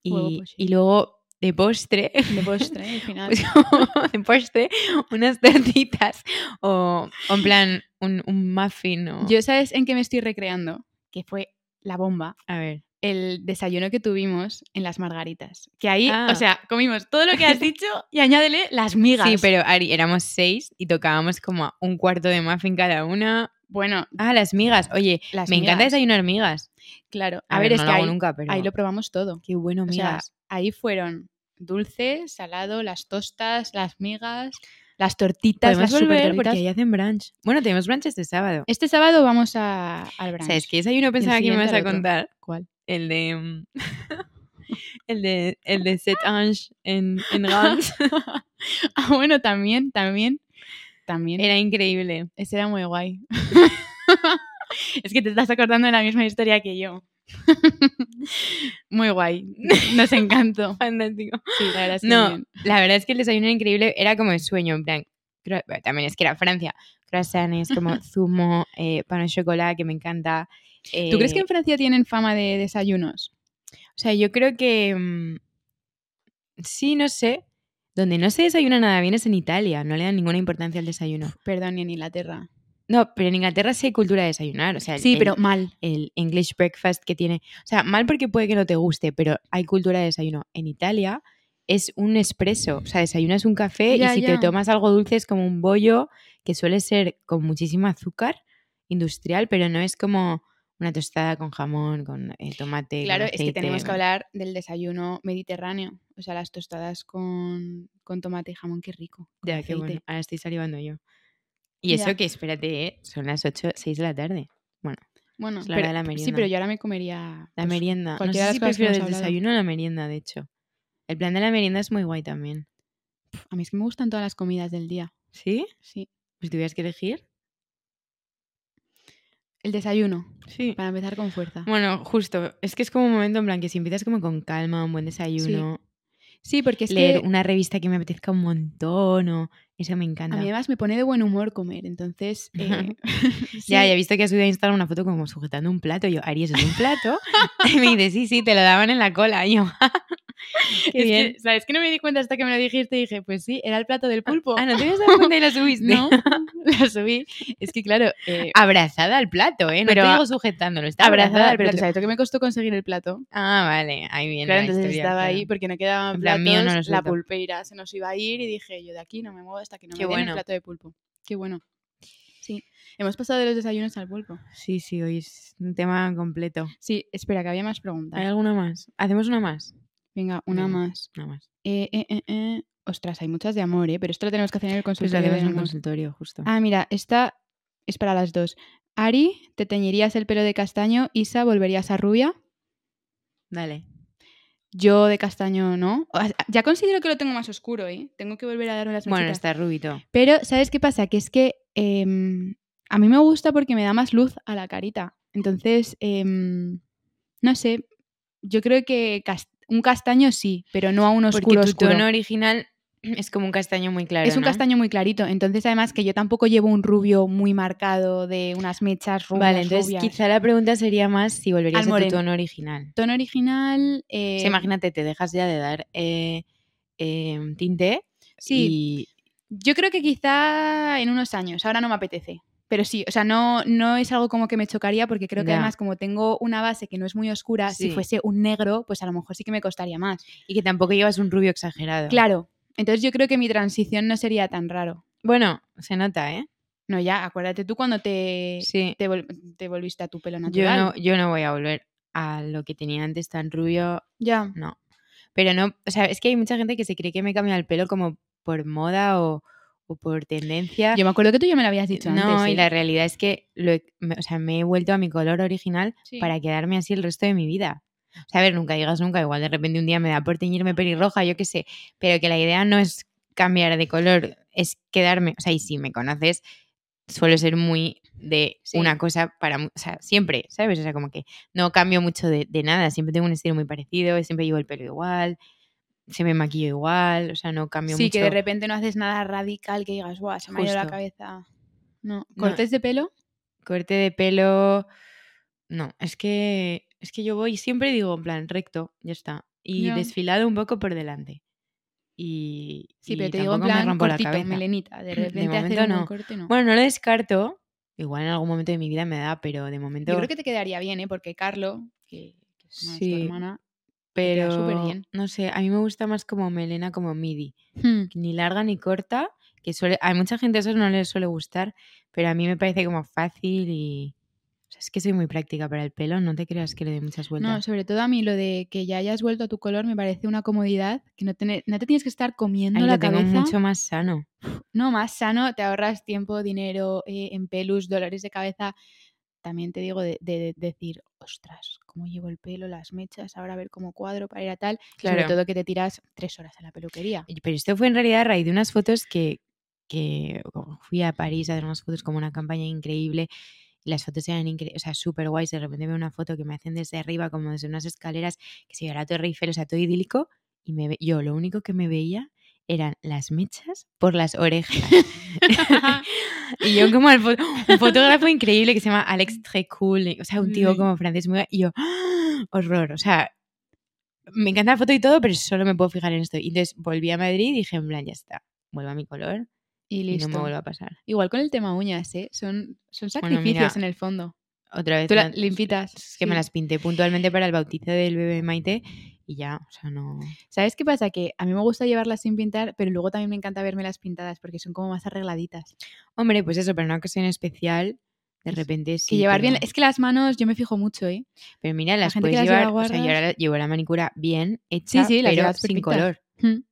Speaker 2: Y,
Speaker 3: Huevo poché.
Speaker 2: y luego de postre.
Speaker 3: De postre, al final.
Speaker 2: pues, como de postre, unas tortitas o, o en plan un, un muffin o...
Speaker 3: Yo, ¿sabes en qué me estoy recreando? Que fue la bomba.
Speaker 2: A ver.
Speaker 3: El desayuno que tuvimos en las margaritas. Que ahí,
Speaker 2: Ah.
Speaker 3: o sea, comimos todo lo que has dicho y añádele las migas.
Speaker 2: Sí, pero Ari, éramos seis y tocábamos como un cuarto de muffin cada una.
Speaker 3: Bueno,
Speaker 2: Ah, las migas. Oye,
Speaker 3: las
Speaker 2: me encanta
Speaker 3: migas,
Speaker 2: desayunar migas.
Speaker 3: Claro.
Speaker 2: A, ver, es que
Speaker 3: ahí,
Speaker 2: nunca, pero...
Speaker 3: ahí lo probamos todo.
Speaker 2: Qué bueno,
Speaker 3: O sea,
Speaker 2: migas.
Speaker 3: ahí fueron dulce, salado, las tostas, las migas, las tortitas, las
Speaker 2: Podemos volver porque
Speaker 3: supertortitas.
Speaker 2: ahí hacen brunch. Bueno, tenemos brunch este sábado.
Speaker 3: Este sábado vamos a, al brunch.
Speaker 2: O sea, es que desayuno pensaba que me
Speaker 3: siguiente
Speaker 2: vas
Speaker 3: al
Speaker 2: a
Speaker 3: otro.
Speaker 2: contar.
Speaker 3: ¿Cuál?
Speaker 2: El de... mm, el de, el de Set Ange en, en Reims.
Speaker 3: Ah, bueno, también, también, también.
Speaker 2: Era increíble.
Speaker 3: Ese era muy guay. es que te estás acordando de la misma historia que yo. muy guay. Nos encantó.
Speaker 2: Fantástico.
Speaker 3: Sí, la verdad es que
Speaker 2: No,
Speaker 3: muy bien.
Speaker 2: La verdad es que el desayuno era increíble era como el sueño, en plan. cro- bueno, También es que era Francia. Croissants, como zumo, eh, pan de chocolate, que me encanta.
Speaker 3: ¿Tú crees que
Speaker 2: eh,
Speaker 3: en Francia tienen fama de desayunos?
Speaker 2: O sea, yo creo que. mm, sí, no sé. Donde no se desayuna nada bien es en Italia. No le dan ninguna importancia al desayuno.
Speaker 3: Perdón, y en Inglaterra.
Speaker 2: No, pero en Inglaterra sí hay cultura de desayunar. O sea, el-
Speaker 3: Sí,
Speaker 2: el-
Speaker 3: pero mal.
Speaker 2: el English breakfast que tiene. O sea, mal porque puede que no te guste, pero hay cultura de desayuno. En Italia es un espresso. O sea, desayunas un café
Speaker 3: Ya,
Speaker 2: y si
Speaker 3: ya.
Speaker 2: te tomas algo dulce es como un bollo que suele ser con muchísimo azúcar industrial, pero no es como una tostada con jamón, con eh, tomate.
Speaker 3: Claro,
Speaker 2: con
Speaker 3: es que tenemos
Speaker 2: aceite,
Speaker 3: que hablar del desayuno mediterráneo. O sea, las tostadas con, con tomate y jamón, qué rico. con
Speaker 2: Ya, qué bueno.
Speaker 3: aceite.
Speaker 2: Ahora estoy salivando yo. Y eso
Speaker 3: Ya.
Speaker 2: que, espérate, eh, son las 8, 6 de la tarde.
Speaker 3: Bueno,
Speaker 2: Es la
Speaker 3: pero-
Speaker 2: hora de la
Speaker 3: sí, pero
Speaker 2: merienda.
Speaker 3: yo ahora me comería.
Speaker 2: La
Speaker 3: pues,
Speaker 2: merienda. No
Speaker 3: cualquiera de
Speaker 2: sé
Speaker 3: las
Speaker 2: si
Speaker 3: cosas que
Speaker 2: prefiero
Speaker 3: hemos
Speaker 2: el
Speaker 3: hablado.
Speaker 2: desayuno a la merienda, de hecho. El plan de la merienda es muy guay también.
Speaker 3: A mí es que me gustan todas las comidas del día.
Speaker 2: ¿Sí?
Speaker 3: Sí.
Speaker 2: Pues tuvieras que elegir.
Speaker 3: El desayuno,
Speaker 2: Sí.
Speaker 3: para empezar con fuerza.
Speaker 2: Bueno, justo. Es que es como un momento en plan que si empiezas como con calma, un buen desayuno,
Speaker 3: Sí, porque es
Speaker 2: leer
Speaker 3: que
Speaker 2: una revista que me apetezca un montón o... Eso me encanta.
Speaker 3: a mí además me pone de buen humor comer, entonces... eh, sí.
Speaker 2: Ya, ya he visto que has subido a Instagram una foto como sujetando un plato. Y yo, Ari, ¿eso es un plato? y me dice, sí, sí, te lo daban en la cola. Y yo, qué
Speaker 3: Es que,
Speaker 2: bien.
Speaker 3: ¿Sabes que no me di cuenta hasta que me lo dijiste? Y dije, pues sí, era el plato del pulpo.
Speaker 2: Ah, ¿no te habías dado cuenta y lo subiste?
Speaker 3: No, la subí. Es que claro, eh,
Speaker 2: Abrazada al plato, ¿eh? No
Speaker 3: Pero
Speaker 2: te
Speaker 3: a-
Speaker 2: digo sujetándolo, está
Speaker 3: Ah, abrazada al plato.
Speaker 2: plato.
Speaker 3: ¿Sabes lo que me costó conseguir el plato?
Speaker 2: Ah, vale, ahí viene
Speaker 3: Claro,
Speaker 2: la
Speaker 3: entonces
Speaker 2: historia,
Speaker 3: estaba
Speaker 2: claro.
Speaker 3: ahí porque no quedaban
Speaker 2: En
Speaker 3: platos,
Speaker 2: plan, mío no lo
Speaker 3: la
Speaker 2: suelto.
Speaker 3: pulpeira se nos iba a ir y dije, yo de aquí no me muevo hasta que no
Speaker 2: Qué
Speaker 3: me den
Speaker 2: bueno.
Speaker 3: el plato de pulpo. Qué bueno. Sí, hemos pasado de los desayunos al pulpo.
Speaker 2: Sí, sí, hoy es un tema completo.
Speaker 3: Sí, espera, que había más
Speaker 2: ¿Hay
Speaker 3: preguntas.
Speaker 2: alguna más? ¿Hacemos una más?
Speaker 3: Venga, una
Speaker 2: Venga.
Speaker 3: más.
Speaker 2: Una más.
Speaker 3: Eh, eh, eh, eh. Ostras, hay muchas de amor, ¿eh? Pero esto lo tenemos que hacer en el
Speaker 2: Pues lo
Speaker 3: consultorio.
Speaker 2: hacemos
Speaker 3: de
Speaker 2: en el
Speaker 3: amor.
Speaker 2: consultorio, justo.
Speaker 3: Ah, mira, esta es para las dos. Ari, te teñirías el pelo de castaño. Isa, volverías a rubia.
Speaker 2: Dale.
Speaker 3: Yo de castaño no. O- Ya considero que lo tengo más oscuro, ¿eh? Tengo que volver a darme las
Speaker 2: Bueno,
Speaker 3: mechitas.
Speaker 2: está rubito.
Speaker 3: Pero, ¿sabes qué pasa? Que es que em, a mí me gusta porque me da más luz a la carita. Entonces, em, no sé, yo creo que cas- un castaño sí, pero no a un oscuro
Speaker 2: Porque tu
Speaker 3: oscuro.
Speaker 2: tono original es como un castaño muy claro,
Speaker 3: es un
Speaker 2: ¿no?
Speaker 3: castaño muy clarito. Entonces, además que yo tampoco llevo un rubio muy marcado de unas mechas rubias.
Speaker 2: Vale, entonces
Speaker 3: rubias.
Speaker 2: quizá la pregunta sería más si
Speaker 3: Al
Speaker 2: volverías a tu
Speaker 3: moreno.
Speaker 2: tono original.
Speaker 3: tono original.
Speaker 2: O
Speaker 3: eh,
Speaker 2: sea, imagínate, te dejas ya de dar eh, eh, tinte
Speaker 3: Sí,
Speaker 2: y
Speaker 3: Yo creo que quizá en unos años, ahora no me apetece. Pero sí, o sea, no, no es algo como que me chocaría porque creo que
Speaker 2: Ya.
Speaker 3: además como tengo una base que no es muy oscura,
Speaker 2: Sí.
Speaker 3: si fuese un negro, pues a lo mejor sí que me costaría más.
Speaker 2: Y que tampoco llevas un rubio exagerado.
Speaker 3: Claro, entonces yo creo que mi transición no sería tan raro.
Speaker 2: Bueno, se nota, ¿eh?
Speaker 3: No, ya, acuérdate tú cuando te,
Speaker 2: Sí.
Speaker 3: te, vol- te volviste a tu pelo
Speaker 2: Yo
Speaker 3: natural.
Speaker 2: no, yo no voy a volver a lo que tenía antes tan rubio.
Speaker 3: Ya,
Speaker 2: No. Pero no, o sea, es que hay mucha gente que se cree que me he cambiado el pelo como por moda o, o por tendencia.
Speaker 3: yo me acuerdo que tú ya me lo habías dicho antes.
Speaker 2: no, y
Speaker 3: ¿eh?
Speaker 2: la realidad es que lo he- me- o sea, me he vuelto a mi color original
Speaker 3: Sí.
Speaker 2: para quedarme así el resto de mi vida. O sea, a ver, nunca digas nunca, igual de repente un día me da por teñirme pelirroja, yo qué sé, pero que la idea no es cambiar de color, es quedarme, o sea, y si me conoces, suelo ser muy de
Speaker 3: Sí.
Speaker 2: una cosa para, mu- o sea, siempre, ¿sabes? O sea, como que no cambio mucho de, de nada, siempre tengo un estilo muy parecido, siempre llevo el pelo igual, se me maquillo igual, o sea, no cambio
Speaker 3: Sí,
Speaker 2: mucho.
Speaker 3: que de repente no haces nada radical que digas, guau, se me ha ido la
Speaker 2: Justo.
Speaker 3: cabeza. No,
Speaker 2: No.
Speaker 3: cortes de pelo.
Speaker 2: corte de pelo. No, es que es que yo voy siempre digo en plan recto, ya está. Y
Speaker 3: Ya.
Speaker 2: desfilado un poco por delante. Y
Speaker 3: Sí,
Speaker 2: y
Speaker 3: pero te digo en
Speaker 2: tampoco me
Speaker 3: plan
Speaker 2: rompo la
Speaker 3: cortito,
Speaker 2: cabeza.
Speaker 3: melenita. De
Speaker 2: De
Speaker 3: repente hacer
Speaker 2: momento
Speaker 3: un buen
Speaker 2: no.
Speaker 3: corte, no.
Speaker 2: Bueno, no lo descarto. Igual en algún momento de mi vida me da, pero de momento
Speaker 3: Yo creo que te quedaría bien, ¿eh? Porque Carlo, que, que es más tu
Speaker 2: Sí.
Speaker 3: hermana. queda
Speaker 2: pero
Speaker 3: superbién.
Speaker 2: no sé, a mí me gusta más como melena como midi,
Speaker 3: hmm,
Speaker 2: ni larga ni corta, que suele a mucha gente eso no les suele gustar, pero a mí me parece como fácil y o sea, es que soy muy práctica para el pelo, no te creas que le doy muchas vueltas.
Speaker 3: No, sobre todo a mí lo de que ya hayas vuelto a tu color me parece una comodidad, que no, tener- no te tienes que estar comiendo
Speaker 2: Ahí
Speaker 3: la
Speaker 2: lo tengo
Speaker 3: cabeza.
Speaker 2: mucho más sano.
Speaker 3: No, más sano, te ahorras tiempo, dinero eh, en pelus, dolores de cabeza. También te digo de, de- de decir, ostras, cómo llevo el pelo, las mechas, ahora a ver cómo cuadro para ir a tal. Y Sobre
Speaker 2: Claro.
Speaker 3: todo que te tiras tres horas a la peluquería.
Speaker 2: Y- Pero esto fue en realidad a raíz de unas fotos que, que como fui a París a hacer unas fotos como una campaña increíble. y Las fotos eran incre- o sea, súper guays. De repente veo una foto que me hacen desde arriba, como desde unas escaleras, que se veía la Torre Eiffel, o sea, todo idílico. Y me ve- yo lo único que me veía eran las mechas por las orejas. y yo como el fo- un fotógrafo increíble que se llama Alex Trecoul, o sea, un tío
Speaker 3: Sí.
Speaker 2: como francés muy... Y yo, ¡ah! horror, o sea, me encanta la foto y todo, pero solo me puedo fijar en esto. Y entonces volví a Madrid y dije, en plan, ya está, vuelvo a mi color
Speaker 3: Y
Speaker 2: y
Speaker 3: listo.
Speaker 2: no me vuelva a pasar.
Speaker 3: Igual con el tema uñas, ¿eh? Son, son
Speaker 2: Bueno,
Speaker 3: sacrificios en
Speaker 2: mira,
Speaker 3: el fondo.
Speaker 2: Otra vez...
Speaker 3: Tú la-
Speaker 2: la-
Speaker 3: limpitas.
Speaker 2: Es que me
Speaker 3: sí.
Speaker 2: las pinté puntualmente para el bautizo del bebé Maite y ya, o sea, no...
Speaker 3: ¿Sabes qué pasa? Que a mí me gusta llevarlas sin pintar, pero luego también me encanta verme las pintadas porque son como más arregladitas.
Speaker 2: Hombre, pues eso, pero una ocasión especial, de
Speaker 3: Es
Speaker 2: repente sí...
Speaker 3: que llevar bien...
Speaker 2: pero-
Speaker 3: Es que las manos yo me fijo mucho, ¿eh?
Speaker 2: Pero mira, las
Speaker 3: gente que
Speaker 2: puedes
Speaker 3: las lleva
Speaker 2: llevar. o sea, yo
Speaker 3: guardas-
Speaker 2: ahora llevo la manicura bien hecha,
Speaker 3: sí, las
Speaker 2: pero
Speaker 3: llevas
Speaker 2: sin
Speaker 3: perfectas.
Speaker 2: color.
Speaker 3: Mm.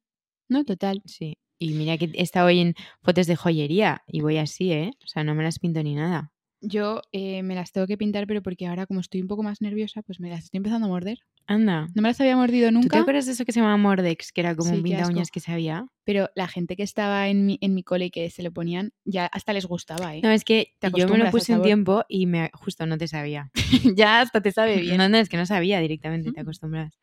Speaker 3: No, total.
Speaker 2: Sí. Y mira que he estado hoy en fotos de joyería y voy así, ¿eh? O sea, no me las pinto ni nada.
Speaker 3: Yo eh, me las tengo que pintar, pero porque ahora como estoy un poco más nerviosa, pues me las estoy empezando a morder.
Speaker 2: Anda.
Speaker 3: No me las había mordido
Speaker 2: ¿Tú te
Speaker 3: nunca,
Speaker 2: acuerdas de eso que se llamaba Mordex? Que era como
Speaker 3: Sí,
Speaker 2: un
Speaker 3: qué
Speaker 2: pinta uñas
Speaker 3: asco.
Speaker 2: que sabía.
Speaker 3: pero la gente que estaba en mi, en mi cole y que se lo ponían, ya hasta les gustaba, ¿eh?
Speaker 2: No, es que
Speaker 3: Te
Speaker 2: yo me
Speaker 3: acostumbras
Speaker 2: lo
Speaker 3: al
Speaker 2: puse un
Speaker 3: sabor.
Speaker 2: tiempo y me justo no te sabía.
Speaker 3: ya hasta te sabe
Speaker 2: No, no, es que no sabía directamente,
Speaker 3: Ujú.
Speaker 2: te acostumbras.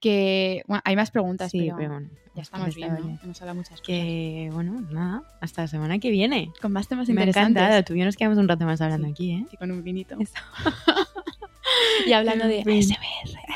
Speaker 3: Que, bueno, hay más preguntas,
Speaker 2: Sí,
Speaker 3: pero,
Speaker 2: pero bueno.
Speaker 3: ya
Speaker 2: hemos
Speaker 3: estamos bien,
Speaker 2: contestado
Speaker 3: ¿no?
Speaker 2: ya.
Speaker 3: Hemos hablado muchas cosas.
Speaker 2: Que bueno, nada, hasta la semana que viene.
Speaker 3: Con más temas
Speaker 2: Me ha
Speaker 3: interesantes.
Speaker 2: encantado. Tú y yo nos quedamos un rato más hablando
Speaker 3: Sí.
Speaker 2: aquí, ¿eh?
Speaker 3: Sí, con un vinito.
Speaker 2: Eso.
Speaker 3: y hablando de
Speaker 2: En fin.
Speaker 3: ASMR.